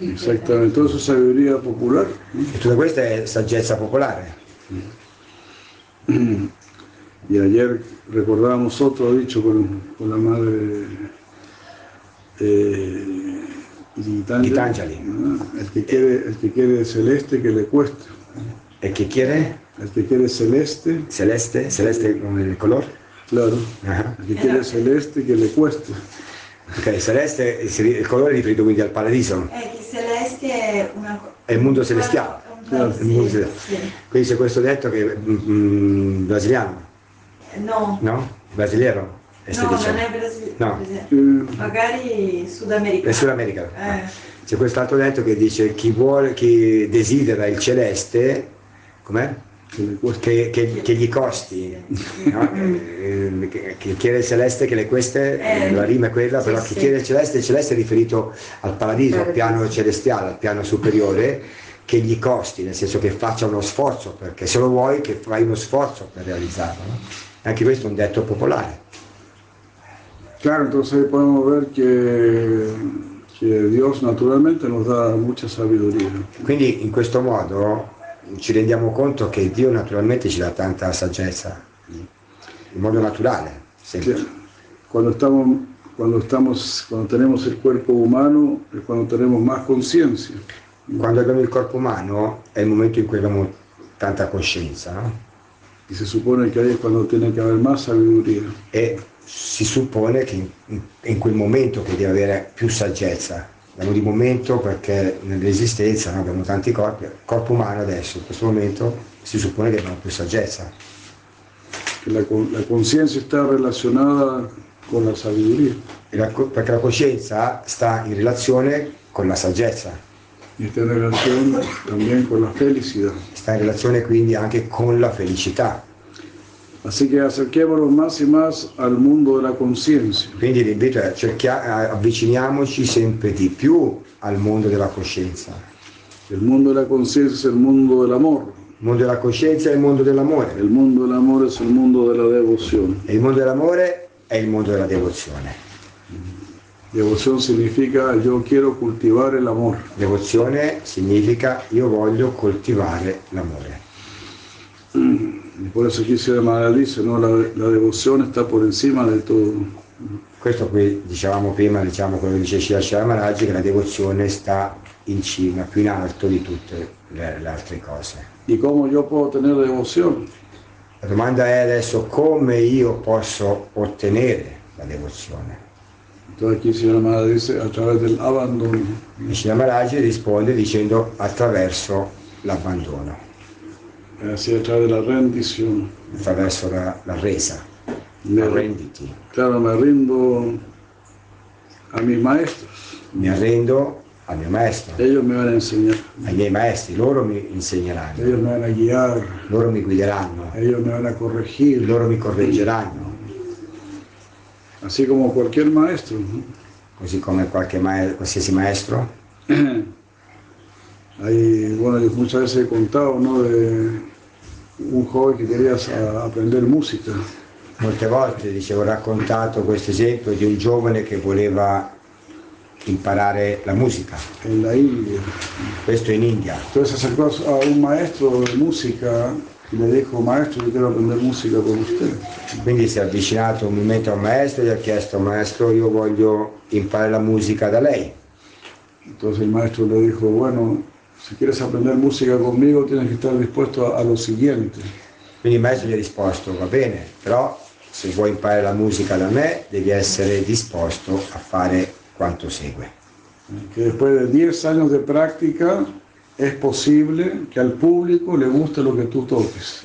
S3: Exactamente, todo eso es sabiduría popular.
S1: E tutta questa è saggezza popolare.
S3: Y ayer recordábamos otro dicho con, con la madre eh, Gitanjali.
S1: Gitanjali.
S3: Ah, El que quiere, el que quiere celeste que le cueste.
S1: E chi chiede?
S3: El que quiere celeste,
S1: Celeste, celeste con il colore?
S3: claro.
S1: Ah.
S3: El que quiere celeste que le cueste.
S1: Ok, celeste si- il colore è riferito quindi al paradiso,
S7: Eh, che celeste è una cosa.
S1: è il mondo celestiale.
S3: Claro,
S1: il mondo celestiale.
S7: Sì.
S1: Quindi c'è questo detto che è mm, brasiliano,
S7: No,
S1: no? Brasiliano? è
S7: no,
S1: stato
S7: non
S1: detto.
S7: è brasile.
S1: No.
S7: brasile-
S3: Eh,
S7: Magari sudamericano.
S1: È sull'America.
S7: Eh.
S1: C'è quest'altro detto che dice chi vuole, chi desidera il celeste, com'è?
S3: que le cueste.
S1: Che, che- che gli costi, no? Eh, che- Chi chiede il celeste, che le queste, eh, la rima è quella, però
S2: Sì,
S1: chi
S2: sì.
S1: chiede il celeste, il celeste è riferito al paradiso, al piano celestiale, al piano superiore, che gli costi, nel senso che faccia uno sforzo, perché se lo vuoi che fai uno sforzo per realizzarlo. no? Anche questo è un detto popolare.
S3: Claro, entonces ahí podemos ver que, que Dios naturalmente nos da mucha sabiduría.
S1: Quindi in questo modo ci rendiamo conto che Dio naturalmente ci dà tanta saggezza, in modo naturale,
S3: Que
S1: semplice.
S3: Cuando estamos, cuando estamos, cuando tenemos el cuerpo humano, es cuando tenemos más conciencia.
S1: Quando abbiamo il corpo umano è il momento in cui abbiamo tanta coscienza no?
S3: Y se supone que ahí es cuando tiene que haber más sabiduría.
S1: e si suppone che in, in quel momento che devi avere più saggezza. Parliamo di momento perché nell'esistenza no, abbiamo tanti corpi, il corpo umano adesso in questo momento si suppone che abbiamo più saggezza.
S3: Que la, con- la conciencia está relacionada con la sabiduría.
S1: E la co- perché la coscienza sta in relazione con la saggezza,
S3: Y está en relación también con la felicidad.
S1: sta in relazione quindi anche con la felicità.
S3: Así que acerquémonos más y más al mundo de la conciencia.
S1: Quindi l'invito è cerchia- avviciniamoci sempre di più al mondo della coscienza.
S3: El mundo de la conciencia es el mundo del amor.
S1: Il mondo della coscienza è il mondo dell'amore
S3: El mundo del amor es el mundo de la devoción.
S1: e il mondo dell'amore è il mondo della devozione.
S3: Devoción significa yo quiero cultivar el amor.
S1: Devozione significa io voglio coltivare l'amore.
S3: Y por eso aquí Sri Maharaj dice, ¿no? la, la devoción está por encima de todo.
S1: Questo qui dicevamo prima, diciamo quello che dice Shila Sharamaraj, che la devozione sta in cima, più in alto di tutte le, le altre cose.
S3: ¿Y cómo yo puedo tener devoción?
S1: La domanda è adesso come io posso ottenere la devozione.
S3: Entonces aquí Sri Maharaj dice, a través del abandono.
S1: E Shiramaraj risponde dicendo attraverso l'abbandono,
S3: Así a través de la rendición.
S1: attraverso la, la resa,
S3: Me-
S1: arrenditi.
S3: claro, me rindo a mis maestros.
S1: Mi arrendo al mio maestro,
S3: Ellos me van a enseñar.
S1: ai miei maestri, loro mi insegneranno,
S3: Ellos me van a guiar.
S1: loro mi guideranno, eh.
S3: Ellos me van a corregir.
S1: loro mi correggeranno.
S3: Así como cualquier maestro. ¿no?
S1: così come qualche maes- qualsiasi maestro.
S3: Hay, bueno, yo muchas veces he contado, ¿no? De un joven que quería sa- aprender música.
S1: Molte volte dicevo, ho raccontato questo esempio di un giovane che voleva imparare la musica,
S3: en la India.
S1: questo in India.
S3: Entonces se acercó a su- a un maestro de música y le dijo, maestro, yo quiero aprender música con usted.
S1: Quindi si è avvicinato un momento a un maestro e gli ha chiesto, maestro io voglio imparare la musica da lei.
S3: Entonces el maestro le dijo, bueno, si quieres aprender música conmigo tienes que estar dispuesto a, a lo siguiente.
S1: Quindi il maestro gli ha risposto, va bene, però se vuoi imparare la musica da me devi essere disposto a fare quanto segue.
S3: Que después de 10 años de práctica es posible que al público le guste lo que tú toques.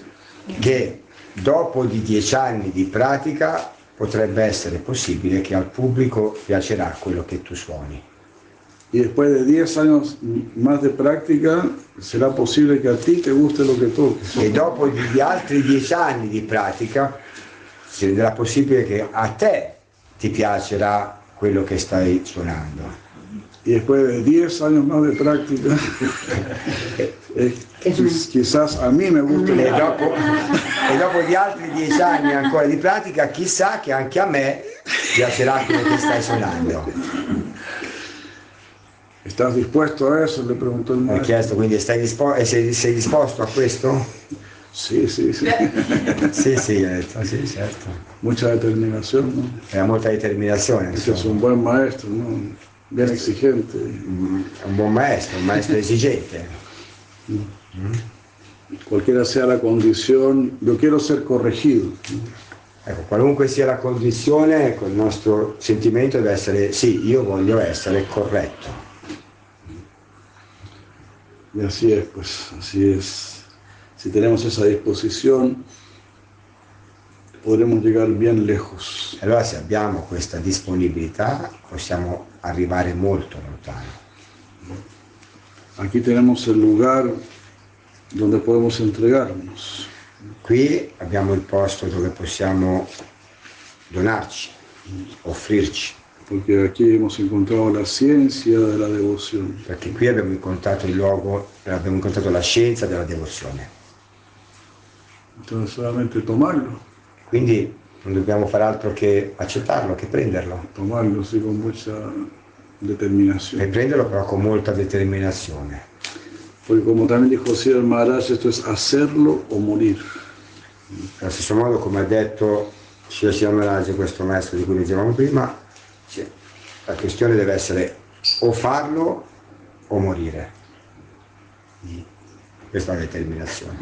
S1: che dopo di dieci anni di pratica potrebbe essere possibile che al pubblico piacerà quello che tu suoni
S3: Y después de 10 años más de práctica será posible que a ti te guste lo que toques.
S1: e dopo di di altri dieci anni di pratica si renderà possibile che a te ti piacerà quello che stai suonando
S3: Y después de 10 años más de práctica, es- quiz- quizás a mí me guste
S1: e
S3: lo que
S1: dopo, e dopo di altri dieci anni ancora di pratica chissà che anche a me piacerà quello che stai suonando
S3: ¿Estás dispuesto a eso? Le preguntó el
S1: ho
S3: maestro.
S1: chiesto quindi stai dispo- eh, sei, sei disposto a questo?
S3: Sí, sí, sí.
S1: sì sì, ho detto, sì certo
S3: Mucha determinación, ¿no?
S1: Era molta determinazione,
S3: Este es
S1: insomma.
S3: un buen maestro, ¿no? Bien exigente.
S1: Mm, è un buon maestro, un maestro esigente.
S3: Cualquiera sea la condición, yo quiero ser corregido.
S1: Ecco, qualunque sia la condizione, ecco, il nostro sentimento deve essere sì, io voglio essere corretto.
S3: Y así es, pues, así es. Si tenemos esa disposición, podremos llegar bien lejos.
S1: E Allora se abbiamo questa disponibilità possiamo arrivare molto lontano.
S3: Aquí tenemos el lugar donde podemos entregarnos.
S1: Qui abbiamo il posto dove possiamo donarci, offrirci,
S3: porque aquí hemos encontrado la ciencia de la devoción.
S1: perché qui abbiamo incontrato il luogo, abbiamo incontrato la scienza della devozione.
S3: Entonces solamente tomarlo,
S1: Quindi non dobbiamo far altro che accettarlo, che prenderlo.
S3: tomarlo sí, con mucha
S1: Per
S3: determinación.
S1: prenderlo però con molta determinazione,
S3: Porque como también dijo Sir Maharaj, esto es hacerlo o morir.
S1: allo stesso modo come ha detto Shia Shiamaraj, questo maestro di cui dicevamo prima, cioè, la questione deve essere o farlo o morire. Questa è la determinazione.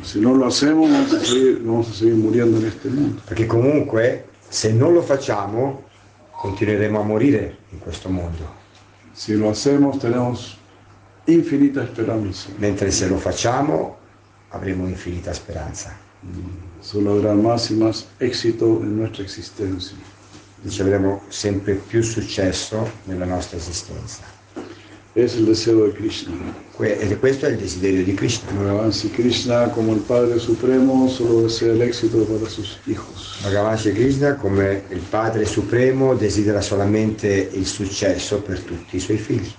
S3: Si no lo hacemos, vamos a seguir, vamos a seguir muriendo en este mundo.
S1: Perché comunque se non lo facciamo continueremo a morire in questo mondo,
S3: Si lo hacemos, tenemos infinita esperanza.
S1: mentre se lo facciamo avremo infinita speranza,
S3: Solo habrá más y más éxito en nuestra existencia.
S1: riceveremo sempre più successo nella nostra esistenza.
S3: Es el deseo de Krishna.
S1: Que- ed è questo è il desiderio di Krishna.
S3: Bhagavan Sri Krishna, como el Padre Supremo, solo desea el éxito para sus hijos.
S1: Bhagavan Sri Krishna, come il Padre Supremo, desidera solamente il successo per tutti i suoi figli.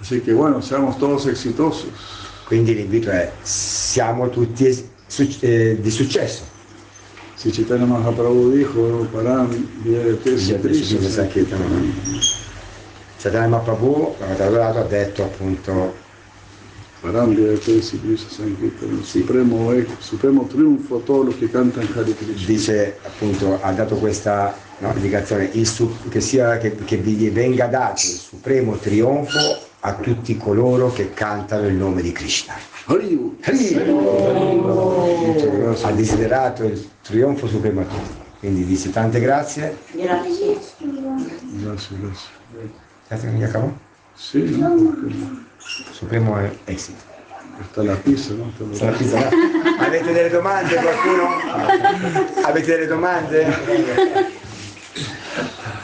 S3: Así que bueno, seamos todos exitosos.
S1: Quindi l'invito è siamo tutti es- su- eh, di successo.
S3: Si Chaitanya Mahaprabhu dijo, Param, Vyayate Satrishya Sankirtanam".
S1: Chaitanya Mahaprabhu, l'avvocato ha detto appunto
S3: Param, Vyayate Satrishya Sankirtanam. Supremo, eh, supremo triunfo a todos los que cantan Hare Krishna.
S1: dice appunto ha dato questa no, indicazione il su- che, sia, che, che vi venga dato il supremo trionfo a tutti coloro che cantano il nome di Krishna
S3: Hare Bol. Muchas
S1: ha
S3: gracias.
S1: desiderato il trionfo supremo a tutti quindi dice tante grazie
S2: Grazie.
S3: Gracias, gracias.
S1: grazie Yakamo.
S3: Sí, ¿no?
S1: supremo è exit
S3: hasta la pizza, ¿no? Hasta la-
S1: Sarà chiusa. avete delle domande qualcuno? avete delle domande?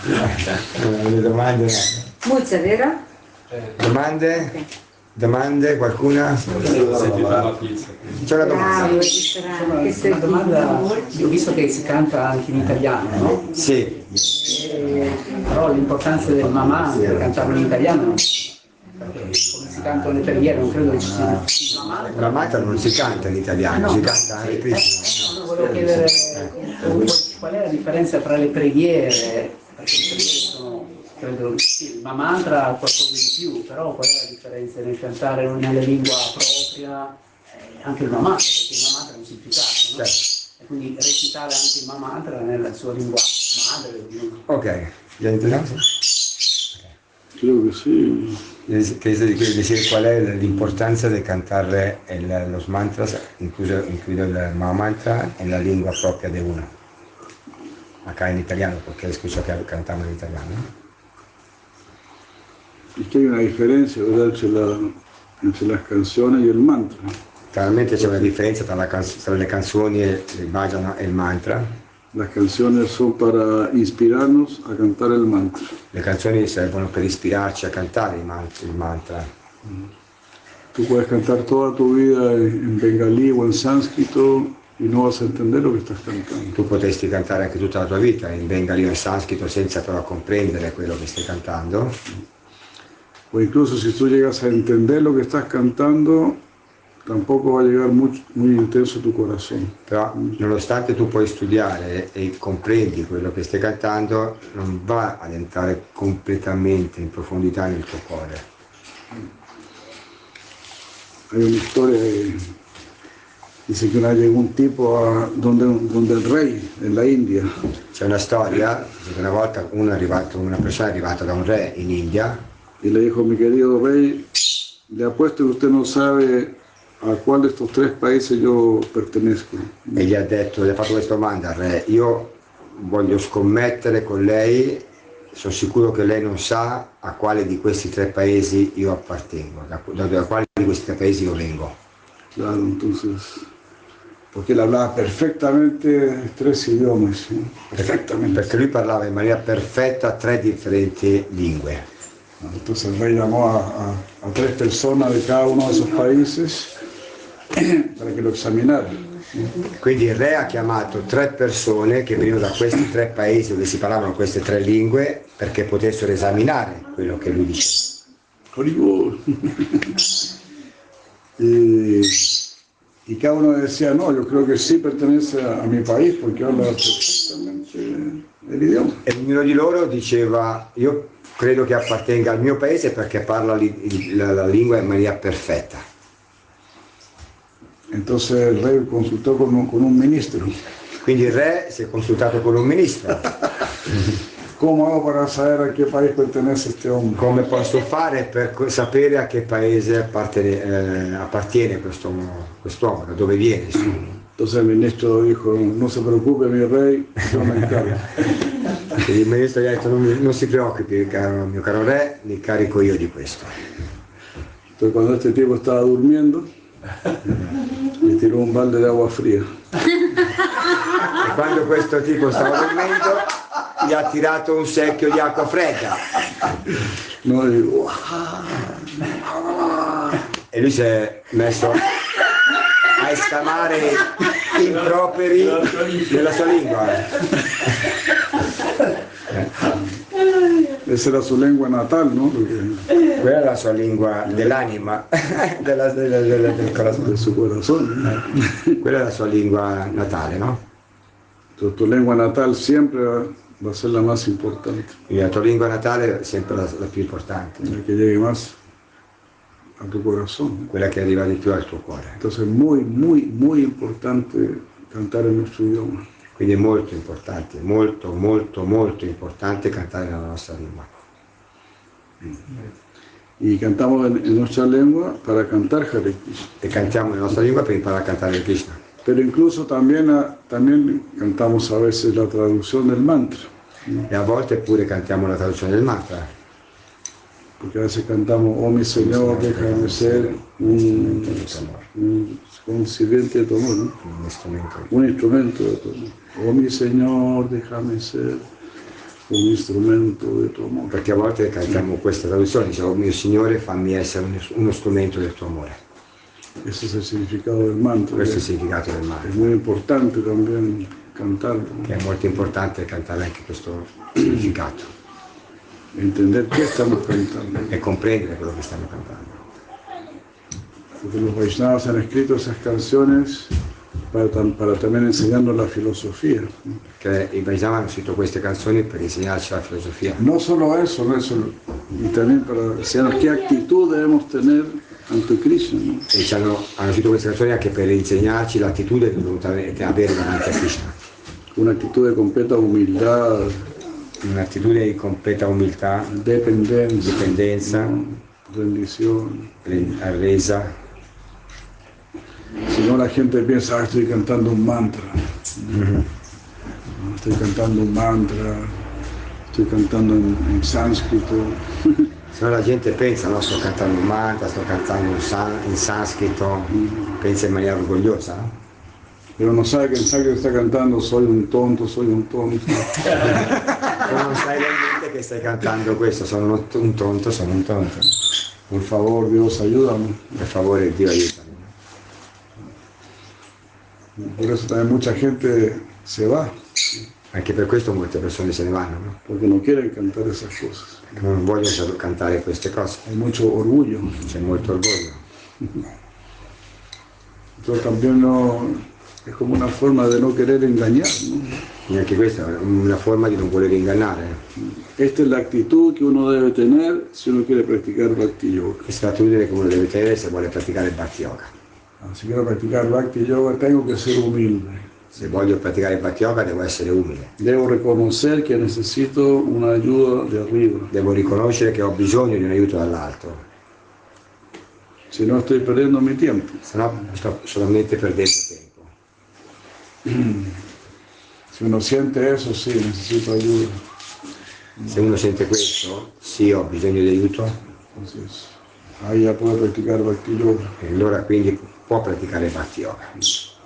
S1: Eh, le domande no.
S8: Muchas, ¿verdad?
S5: Eh.
S1: Domande? Domande? Qualcuna?
S6: Sentita la pizza.
S1: C'è una
S8: Bravo,
S1: domanda?
S8: Isra, che sei
S9: Una domanda, io ho visto che si canta anche in italiano, no?
S1: Sì,
S9: E- però l'importanza del mamma per cantarlo in italiano, perché come si cantano le preghiere, non credo che ci sia Eh, mamma.
S1: la matta non si canta in italiano, si canta anche Krishna.
S9: Io Volevo chiedere eh, qual è la differenza tra le preghiere, perché le preghiere sono, credo, sì, il mamantra ha qualcosa di più, però qual è la differenza nel cantare nella lingua propria eh, anche il mamantra, perché il mamantra è un significato,
S1: Certo.
S9: no? E quindi recitare anche il mamantra nella sua lingua madre, ognuno.
S1: Ok, gli hai detto
S3: Creo que sí.
S1: Chiede qual è l'importanza di cantare il- lo mantras, incluso, incluso il mantra, nella lingua propria di uno. Acá in italiano, perché scusa che cantiamo in italiano.
S3: Es que hay una diferencia, ¿verdad? Entre, la- entre las canciones y el mantra.
S1: Chiaramente c'è una differenza tra, la canz- tra le canzoni, e il bhajana e il mantra.
S3: Las canciones son para inspirarnos a cantar el mantra.
S1: Le canzoni servono per ispirarci a cantare il man- il mantra.
S3: Tú puedes cantar toda tu vida en en bengalí o en sánscrito y no vas a entender lo que estás cantando.
S1: Tu potresti cantare anche tutta la tua vita in bengali o in sanscrito senza però comprendere quello che stai cantando.
S3: O incluso si tú llegas a entender lo que estás cantando, tampoco va a llegar muy, muy intenso tu corazón.
S1: Però nonostante tu puoi studiare e comprendi quello che stai cantando, non va ad entrare completamente in profondità nel tuo cuore.
S3: Hay una historia que dice que una vez llegó un tipo a donde, donde el rey en la India
S1: C'è una storia, dice che una volta uno è arrivato- una persona è arrivata da un re in India
S3: y le dijo, mi querido rey, le apuesto que usted no sabe a cuál de estos tres países yo pertenezco.
S1: e gli ha detto, gli ha fatto questa domanda al re, io voglio scommettere con lei, sono sicuro che lei non sa a quale di questi tre paesi io appartengo, da, da- da quale di questi tre paesi io vengo.
S3: Claro, entonces, porque él hablaba perfectamente tres idiomas, ¿sí? perfectamente.
S1: Perché lui parlava in maniera perfetta tre differenti lingue.
S3: Entonces el rey llamó a, a- a tres personas de cada uno de esos países para que lo examinaran.
S1: Quindi il re ha chiamato tre persone che venivano da questi tre paesi dove si parlavano queste tre lingue perché potessero esaminare quello che lui diceva.
S3: Hollywood. y, y cada uno decía, no, yo creo que sí pertenece a, a mi país porque habla perfectamente el idioma.
S1: E ognuno di loro diceva io credo che appartenga al mio paese perché parla li- il- la, la lingua in maniera perfetta.
S3: Entonces el rey consultó con un, con un ministro,
S1: Quindi il re si è consultato con un ministro,
S3: ¿cómo hago para saber a qué país pertenece este hombre?
S1: come posso fare per co- sapere a che paese appartiene, eh, appartiene questo, quest'uomo, da dove viene. insomma.
S3: Entonces el ministro dijo, no se preocupe mi rey, yo me encargo.
S1: Quindi il ministro gli ha detto non, mi- non si preoccupi caro- mio caro re, mi carico io di questo.
S3: Entonces cuando este tipo estaba durmiendo, le tiró un balde de agua fría.
S1: E quando questo tipo stava dormendo gli ha tirato un secchio di acqua fredda.
S3: Noi, wow,
S1: E lui si è messo a esclamare improperi nella sua lingua.
S3: esa era su lengua natal, ¿no? Porque-
S1: Quella è la sua lingua dell'anima, della- della- della- del corazon.
S3: De su corazón. ¿no?
S1: Quella è la sua lingua natale, no?
S3: Tu, tu lengua natal siempre va va a ser la más importante,
S1: Quindi la tua lingua natale è sempre la, la più importante,
S3: la que llegue más a tu corazón. ¿no?
S1: quella che arriva di più al tuo cuore.
S3: Entonces, muy, muy, muy importante cantar en nuestro idioma.
S1: Quindi è molto importante, molto, molto, molto importante cantare nella nostra lingua.
S3: Y cantamos en, en nuestra lengua para cantar Hare Krishna.
S1: E cantiamo la nostra lingua per imparare a cantare il Krishna.
S3: Pero incluso también, ah, también cantamos a veces la traducción del mantra,
S1: E a volte pure cantiamo la traduzione del mantra.
S3: porque a veces cantamos, oh mi Señor, déjame ser un, un, un sirviente de tu amor, ¿no?
S1: Un strumento.
S3: un instrumento de tu amor. Oh mi Señor, déjame ser un instrumento de tu amor.
S1: Perché a volte cantiamo questa traduzione, diciamo, mio Signore fammi essere un- uno strumento del tuo amore.
S3: Ese es el significado del mantra.
S1: Questo è il
S3: Es,
S1: significato del mantra.
S3: es muy importante también cantarlo,
S1: che è molto importante cantare anche questo significato
S3: ¿no? entender qué estamos cantando.
S1: e comprendere quello che stanno cantando.
S3: Porque los Vaishnavas han escrito esas canciones para, tam- para también enseñarnos la filosofía.
S1: Che i Vaishnava hanno scritto queste canzoni per insegnarci la filosofia
S3: No solo eso, no eso, y también para enseñarnos qué actitud debemos tener ante Krishna. ¿no?
S1: e ci hanno, hanno scritto queste canzoni anche per insegnarci l'attitudine che dovete avere davanti a Krishna,
S3: Una actitud de completa humildad,
S1: un'attitudine di completa umiltà,
S3: dependencia,
S1: Dependencia.
S3: ¿no? rendición.
S1: re- arresa,
S3: Si no, la gente piensa, ah, estoy cantando un mantra. No, Estoy cantando un mantra, estoy cantando en- en sánscrito.
S1: se no la gente pensa, no sto cantando un mantra, sto cantando un san- in sanscrito, pensa in maniera orgogliosa, no?
S3: Pero no sabe que el sacro está cantando, soy un tonto, soy un tonto.
S1: Ma non sai realmente che stai cantando questo, sono un tonto, sono un tonto.
S3: Por favor, Dios, ayúdame.
S1: Per favore Dio aiutami.
S3: Por eso también mucha gente se va,
S1: Anche per questo molte persone se ne vanno, no?
S3: porque no quieren cantar esas cosas.
S1: Perché non vogliono solo cantare queste cose,
S3: Hay mucho orgullo.
S1: c'è molto orgoglio.
S3: Entonces también no, es como una forma de no querer engañar. ¿no?
S1: E anche questa è una forma di non voler ingannare.
S3: Esta es la actitud que uno debe tener si uno quiere practicar Bhakti Yoga.
S1: Questa è l'attitudine che uno deve tenere se vuole praticare il Bhakti Yoga.
S3: Ah, Si quiero practicar Bhakti Yoga, tengo que ser humilde.
S1: Se voglio praticare il Bhakti Yoga devo essere umile,
S3: Debo reconocer que necesito una ayuda de arriba.
S1: devo riconoscere che ho bisogno di un aiuto dall'alto,
S3: Si no, estoy perdiendo mi tiempo.
S1: se no sto solamente perdendo tempo.
S3: Si uno siente eso, sí, necesito ayuda.
S1: Se uno sente questo, sì ho bisogno di aiuto,
S3: Así es. Ahí ya puede practicar Bhakti Yoga.
S1: e allora quindi può praticare il Bhakti Yoga.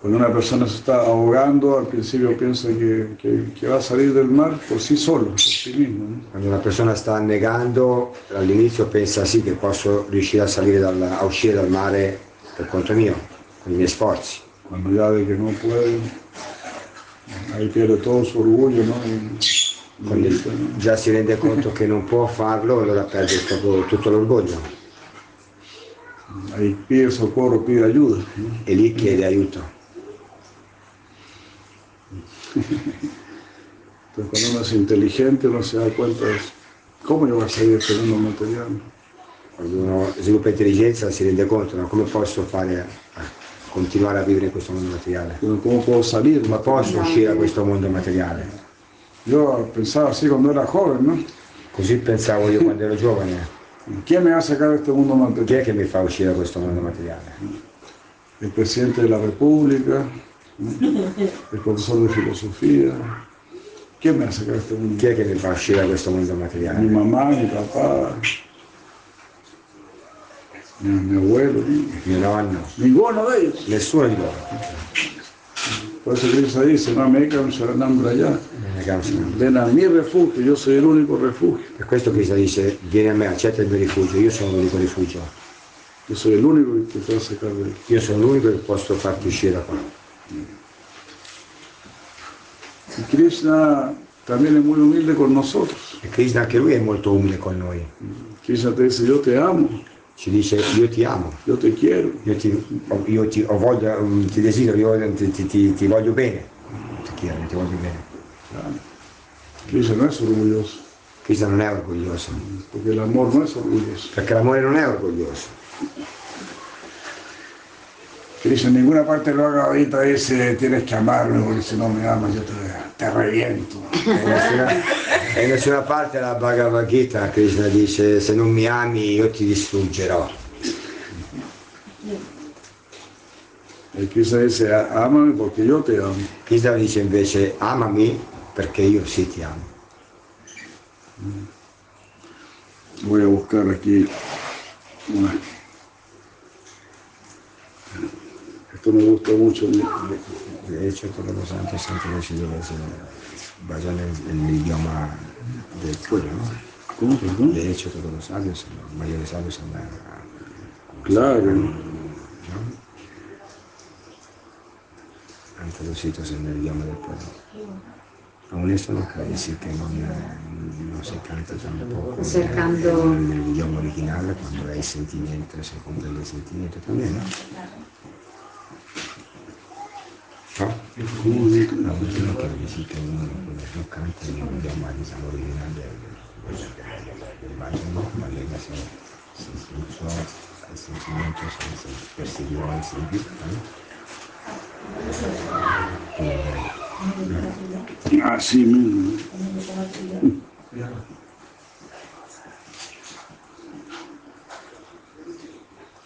S3: Cuando una persona se está ahogando, al principio piensa que, que- que va a salir del mar por sí solo, por sí mismo. ¿no?
S1: Quando una persona sta annegando, all'inizio pensa sì che posso riuscire a, salire dal- a uscire dal mare per conto mio, con i miei sforzi.
S3: Cuando ya de que no puede, ahí pierde todo su orgullo, ¿no? Y-
S1: Quando
S3: y- ¿no?
S1: già si rende conto che non può farlo, allora perde proprio tutto l'orgoglio
S3: Ahí pide socorro, pide ayuda. ¿no?
S1: e lì chiede aiuto.
S3: Entonces cuando uno es inteligente, uno se da cuenta de eso. ¿Cómo yo voy a salir de este mundo material?
S1: Quando uno sviluppa intelligenza si rende conto, ma come posso fare a continuare a vivere in questo mondo materiale?
S3: Pero, ¿Cómo puedo salir?
S1: Come posso uscire da questo mondo materiale?
S3: Yo pensaba así cuando era joven, ¿no?
S1: Così pensavo io quando ero giovane.
S3: ¿Quién me va a sacar de este mundo
S1: Chi
S3: material?
S1: è che mi fa uscire da questo mondo materiale?
S3: El presidente de la República, ¿no? el profesor de filosofía. ¿Quién me va a sacar de este mundo?
S1: Chi è che mi fa uscire da questo mondo materiale?
S3: Mi mamá, mi papá, mi, mi abuelo, ¿no?
S1: mio nonno,
S3: ninguno de ellos.
S1: nessuno di loro.
S3: Por eso Cristo dice, no me dejan allá.
S1: Eh, chiama si chiama.
S3: Ven a mi refugio, yo soy el único refugio.
S1: Per questo Cristo dice, vieni a me, accetta il mio rifugio, io sono l'unico rifugio,
S3: Yo soy el único que te va a sacar de aquí.
S1: io sono l'unico che posso farti uscire da qua.
S3: Y Krishna también es muy humilde con nosotros.
S1: E Krishna anche lui è molto umile con noi,
S3: Krishna te dice, yo te amo,
S1: ci dice io ti amo,
S3: yo te quiero.
S1: io ti, io ti- ho voglia, mm, ti desidero, io voglio- ti, ti- ti- ti voglio bene. Ti chiedo, ti voglio bene.
S3: Krishna no es orgulloso,
S1: Krishna non è orgoglioso,
S3: porque el amor no es orgulloso.
S1: perché l'amore non è orgoglioso.
S3: Krishna en ninguna parte lo haga ahorita dice, tienes que amarme, porque si no me amas yo te, te reviento.
S1: E in nessuna, e in nessuna parte la Bhagavad Gita Krishna dice se non mi ami io ti distruggerò.
S3: Y Krishna dice, "A- ámame porque yo te amo.
S1: Krishna dice invece amami perché io sì ti amo.
S3: Voy a buscar aquí una. Esto me gusta mucho.
S1: E certo che lo santo è sempre deciso se basando l'idioma del cuore, no?
S3: ¿Cómo, perdón?
S1: De hecho, todos los sabios, los mayores sabios son la-
S3: Claro.
S1: han traducido en el idioma del pueblo. Aún eso no quiere decir que no, no se canta tampoco
S2: Cercando-
S1: en el idioma original cuando hay sentimiento, se comprende el sentimiento también, ¿no? ¿No? Aún eso no quiere decir que uno no, no canta en el idioma digamos, original del del valle, ¿no? Cuando ella se, se escuchó, el sentimiento se, se percibió, se indica, ¿no?
S3: Así mismo.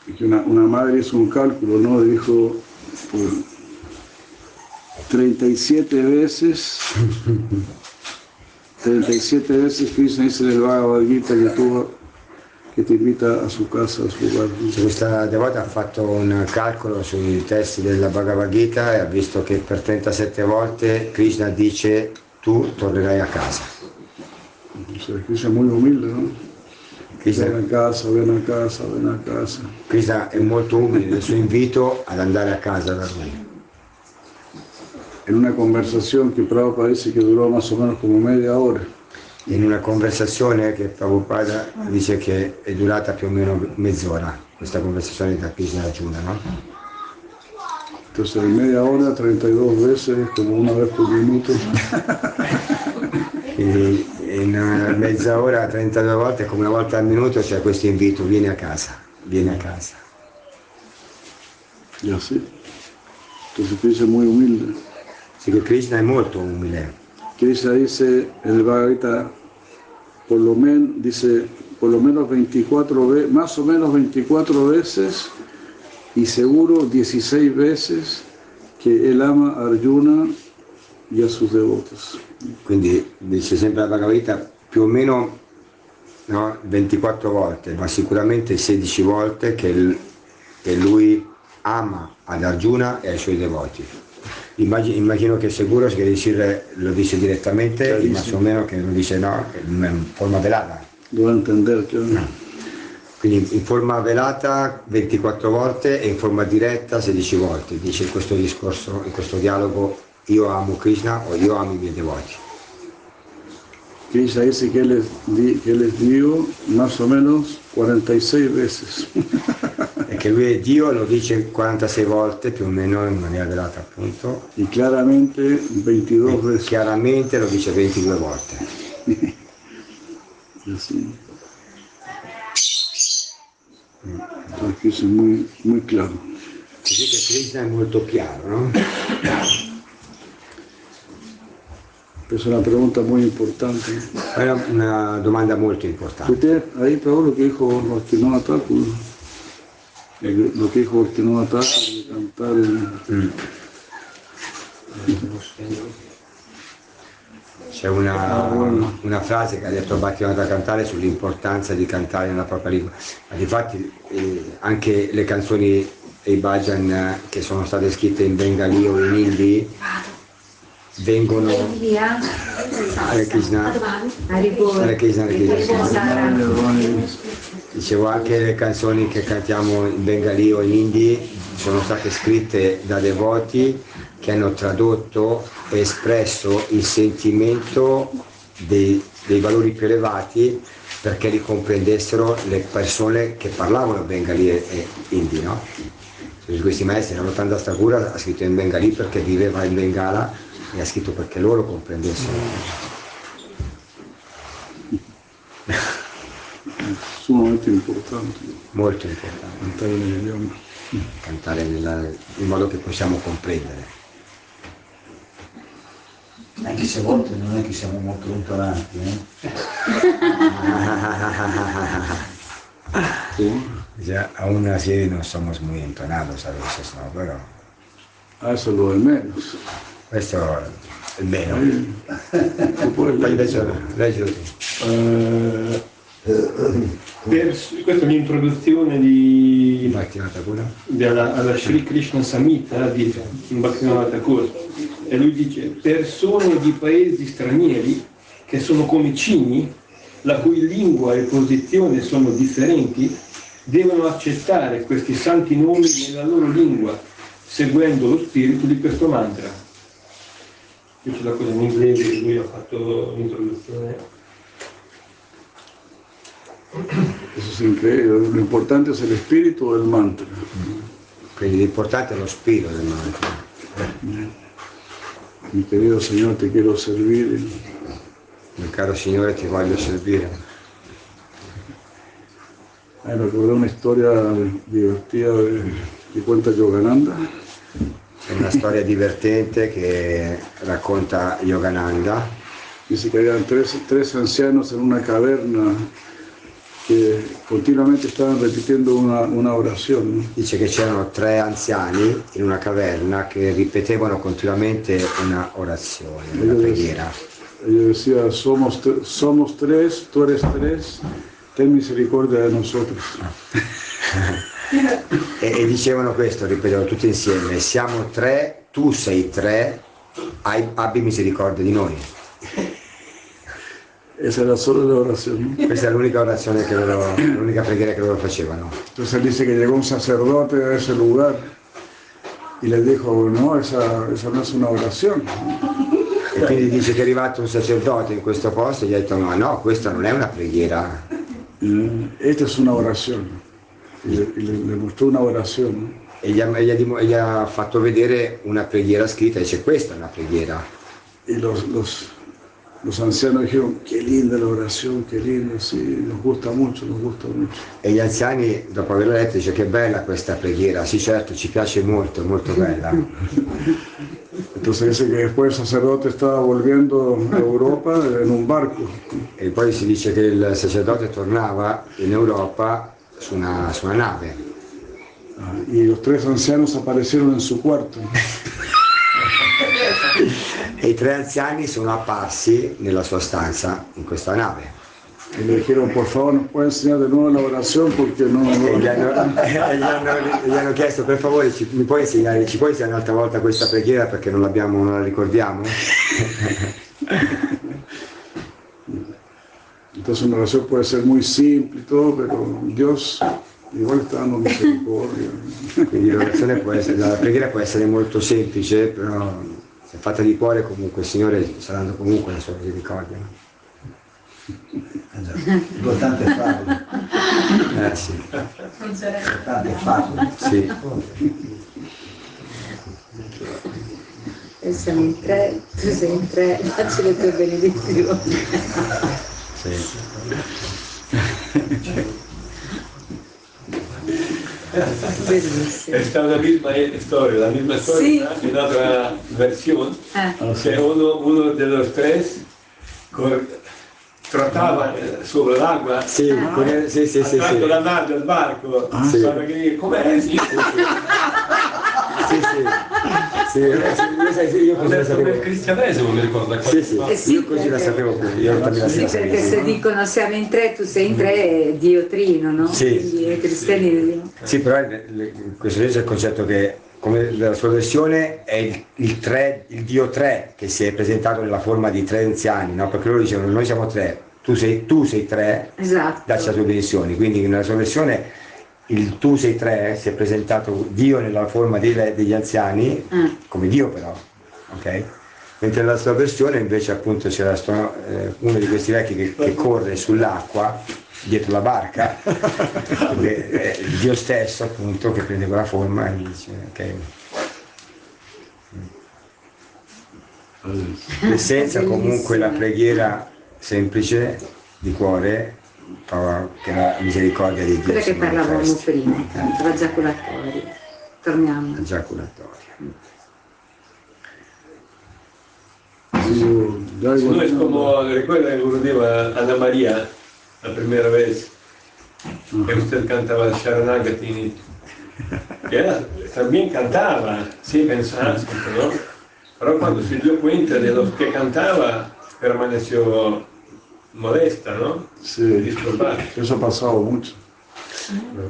S3: Es que una, una madre hizo un cálculo, ¿no? Dijo, pues, 37 veces, 37 veces Krishna dice en el Bhagavad Gita que tú, que te invita a su casa, a su hogar.
S1: Cioè, Questa devota ha fatto un calcolo sui testi della Bhagavad Gita e ha visto che per 37 volte Krishna dice tu tornerai a casa.
S3: O sea, Krishna es muy humilde, ¿no? Ven
S1: Krishna,
S3: a casa, ven a casa, ven a casa.
S1: Krishna è molto umile nel suo invito ad andare a casa da lui.
S3: en una conversación que Prabhupada dice que duró más o menos como media hora.
S1: In una conversazione che Prabhupada dice che è durata più o meno mezz'ora, questa conversazione tra Krishna e Arjuna, no?
S3: Entonces, en media hora, 32 veces, como una vez por minuto.
S1: Quindi in eh, mezz'ora, 32 volte, come una volta al minuto c'è questo invito, vieni a casa, vieni a casa.
S3: Y así. Entonces, Krishna es muy humilde.
S1: Sì, che Krishna è molto umile.
S3: Krishna dice, el Bhagavad Gita, por lo menos, dice, por lo menos 24 veces, más o menos 24 veces, y seguro 16 veces, que él ama a Arjuna y a sus devotos.
S1: quindi dice sempre la Bhagavad Gita più o meno no, 24 volte, ma sicuramente 16 volte che, l- che lui ama ad Arjuna e ai suoi devoti. Immagi- immagino che sicuro che dire, lo dice direttamente, ma più o meno che lo dice no, in forma velata.
S3: Lo va a entender, que
S1: Quindi in forma velata 24 volte e in forma diretta 16 volte. Dice in questo discorso, in questo dialogo, io amo Krishna o io amo i miei devoti.
S3: Krishna dice que les, di- que les dio más o menos 46 veces.
S1: E che lui è Dio lo dice 46 volte più o meno in maniera velata appunto.
S3: Y claramente 22
S1: E
S3: veces.
S1: chiaramente lo dice 22 volte.
S3: Así. Entonces Krishna es muy, muy claro.
S1: Così che Krishna è molto chiaro, no?
S3: Es una pregunta muy importante.
S1: È una, una domanda molto importante.
S3: Usted, ahí Pablo, lo que dijo Bhaktivinoda Thakur, el- lo que dijo Bhaktivinoda Thakur, de cantar el-
S1: C'è una, una frase che ha detto Battimato a cantare sull'importanza di cantare nella propria lingua. Ma difatti eh, anche le canzoni e i bhajan eh, che sono state scritte in bengali o in hindi vengono
S2: via.
S1: Hare Krishna.
S2: Hare Bol.
S1: Hare Krishna, Hare Krishna.
S2: Hare Bol Sara.
S1: Dicevo anche le canzoni che cantiamo in bengali o in hindi sono state scritte da devoti che hanno tradotto e espresso il sentimento dei, dei valori più elevati perché li comprendessero le persone che parlavano bengali e, e hindi. No? Cioè, Questi maestri, Ramatanda Stagura ha scritto in bengali perché viveva in Bengala e ha scritto perché loro comprendessero.
S3: Sono molto importanti
S1: Molto importante
S3: cantare nell'idioma.
S1: cantare nella- in modo che possiamo comprendere.
S4: Anche se a volte non è che siamo molto lontananti, eh?
S1: Ya aún así no somos muy entonados a veces, ¿no? Pero
S3: Adesso lo è meno.
S1: esto es menos.
S3: Oppure
S1: Poi
S3: lei-
S1: adesso leggilo tu.
S5: Eh, per- questa è un'introduzione di
S1: Bhaktivinoda Thakur.
S5: della, alla Sri Krishna Samhita di Bhaktivinoda Thakur e lui dice persone di paesi stranieri che sono come cigni la cui lingua e posizione sono differenti devono accettare questi santi nomi nella loro lingua seguendo lo spirito di questo mantra questa è la cosa in inglese che lui ha fatto l'introduzione
S3: Eso es increíble. Lo importante es el espíritu o el mantra.
S1: Quindi l'importante è lo spirito del mantra.
S3: Mi querido Señor, te quiero servir.
S1: Mio caro Signore ti voglio servire.
S3: Ay, recordé una historia divertida de, que cuenta Yogananda.
S1: È una storia divertente che racconta Yogananda.
S3: Dice que habían tres, tres ancianos en una caverna que continuamente estaban repitiendo una, una oración. ¿no?
S1: Dice che c'erano tre anziani in una caverna che ripetevano continuamente una orazione, una preghiera.
S3: Ellos decían, somos, tre- somos tres, tú eres tres, ten misericordia de nosotros.
S1: E, e dicevano questo, ripetevano tutti insieme, siamo tre, tu sei tre, hai- abbi misericordia di noi.
S3: Esa era solo la oración. ¿no?
S1: Questa è l'unica orazione che loro, l'unica preghiera che loro facevano.
S3: Entonces él dice que llegó un sacerdote a ese lugar y le dijo, no, esa, esa no es una oración.
S1: E quindi dice che è arrivato un sacerdote in questo posto e gli ha detto ma no, questa non è una preghiera,
S3: Esta es una oración. Y le, y le- le mostró una oración. ¿no?
S1: e gli ha, e gli ha dim- e gli ha fatto vedere una preghiera scritta, dice questa è una preghiera.
S3: Y los, los, los ancianos dijeron, qué linda la oración, qué linda, sí, nos gusta mucho, nos gusta mucho.
S1: E gli anziani dopo averla letta dice che bella questa preghiera, sì certo ci piace molto, è molto bella.
S3: Entonces dice que después el sacerdote estaba volviendo a Europa en un barco.
S1: E poi si dice che il sacerdote tornava in Europa su una, su una nave.
S3: Y los tres ancianos aparecieron en su cuarto.
S1: E i tre anziani sono apparsi nella sua stanza, in questa nave.
S3: Y le dijeron, por favor, nos puede enseñar de nuevo la oración porque no...
S1: E gli
S3: no-
S1: hanno, e gli hanno- gli hanno chiesto per favore ci, mi puoi insegnare, ci puoi insegnare un'altra volta questa preghiera perché non l'abbiamo, non la ricordiamo?
S3: Entonces una oración puede ser muy simple y todo, pero Dios igual está dando misericordia.
S1: Quindi l'orazione può essere, la preghiera può essere molto semplice, però se fatta di cuore comunque il Signore saranno comunque la sua misericordia. no?
S4: Eh già. L'importante è farlo,
S1: Eh sì,
S4: l'importante è farlo.
S1: sì.
S2: E Siamo in tre, tu sei in tre, facci le tue benedizioni.
S1: sì.
S2: Bellissimo.
S5: Esta es la misma historia, la misma historia
S2: Sí.
S5: en otra versión.
S2: Ah.
S5: que uno, uno de los tres cor- trotava eh, sobre l'acqua,
S1: Sì, con il- sì, sì, sì,
S5: attacco
S1: sì. Ah,
S5: la nave del barco,
S1: sì.
S5: guarda che dice, com'è? Sì,
S1: Sì, sì. Sì, io, sai, sì, io
S6: Ho
S1: così
S6: detto
S1: la
S6: nel
S1: sapevo.
S6: cristianesimo, mi ricordo.
S1: Sì, sì,
S2: Eh sì,
S1: io così la
S2: perché-
S1: sapevo pure, io anche me la
S2: Sì,
S1: sapevo.
S2: perché se dicono siamo in tre, tu sei in tre, è Dio trino, no?
S1: Sì.
S2: Quindi i cristiani
S1: Sì, però le- le- questo è il concetto che come la sua versione è il, il tre- il Dio tre che si è presentato nella forma di tre anziani, no? perché loro dicevano noi siamo tre, tu sei, tu sei tre,
S2: Esatto.
S1: dacci la tua benedizione. Quindi nella sua versione il tu sei tre si è presentato Dio nella forma dei- degli anziani,
S2: Ah,
S1: come Dio però, ok? Mentre nella sua versione invece appunto c'era sto- eh, uno di questi vecchi che, che corre sull'acqua dietro la barca, che è eh, Dio stesso appunto che prende quella forma e dice ok. L'essenza comunque la preghiera semplice di cuore, fa- che la misericordia di Dio.
S2: quella che
S1: si
S2: parlavamo
S1: manifesti.
S2: prima, eh, la giaculatoria. Torniamo.
S1: La giaculatoria.
S5: No es como, recuerda el Gurudeva Ana María, la primera vez que usted cantaba Sharanagati. Era, también cantaba, sí, en sánscrito, ¿no? Pero cuando se dio cuenta de los que cantaba, permaneció modesta, ¿no?
S3: Sì,
S5: Disculpa.
S3: questo passavo molto.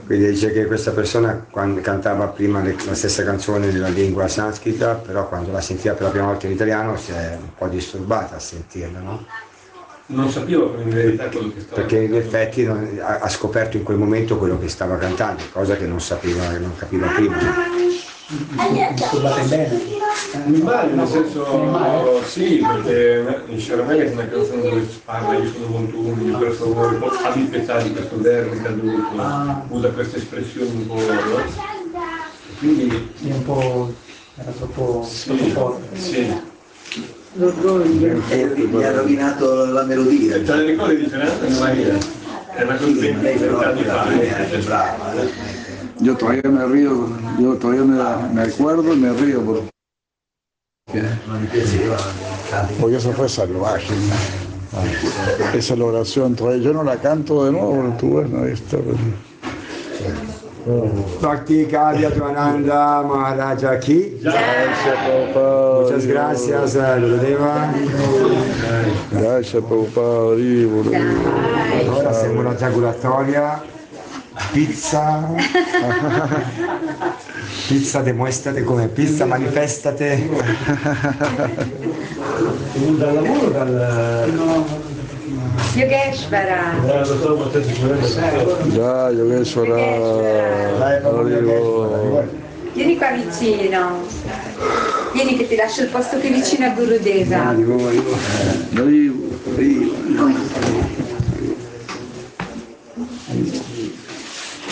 S1: Quindi dice che questa persona quando cantava prima le- la stessa canzone nella lingua sanscrita, però quando la sentiva per la prima volta in italiano si è un po' disturbata a sentirla, no?
S5: No sabía en realidad con lo que estaba.
S1: Perché in effetti non- ha, ha scoperto in quel momento quello che stava cantando, cosa che non sapeva, che non capiva prima.
S9: Scusate bene.
S5: Eh, Mi sbaglio, nel senso, sì, perché il Sharamel è una canzone dove si parla, io sono molto umile, per favore, po- abbi pietà di questo verme caduto, usa queste espressioni un po', no? E Quindi,
S9: Sì, un po'. Era troppo, troppo
S5: sì,
S9: forte.
S5: sì.
S2: L'orgoglio.
S4: E mi ha rovinato la melodia.
S5: E Te ne Eh, ricordi di Fernando Anna Maria? È una cosa
S4: Sì,
S5: di
S4: ma lei però
S5: 30 anni fa.
S4: è brava. eh.
S3: Yo todavía me río, yo todavía me, me acuerdo y me río porque,
S4: Non mi piaceva. tanto.
S3: porque eso fue salvaje. Esa oración todavía, yo no la canto de nuevo, pero tú bueno, ahí está.
S1: Bhakti Kavya Dvananda Maharaja Ki. Muchas gracias, eh, Gurudeva.
S3: Gracias, papá,
S1: Ora siamo alla giaculatoria. Pizza. Pizza demuestrate come pizza, manifestate.
S5: Dal lavoro, dal...
S2: Yogeshvara.
S5: Lo so, potete sicuramente.
S3: Ya, yo voy a llorar.
S1: Dai, proprio adesso,
S2: Vieni qua vicino. Vieni che ti lascio il posto qui vicino a Gurudeva.
S1: dai, voi.
S3: Darigo,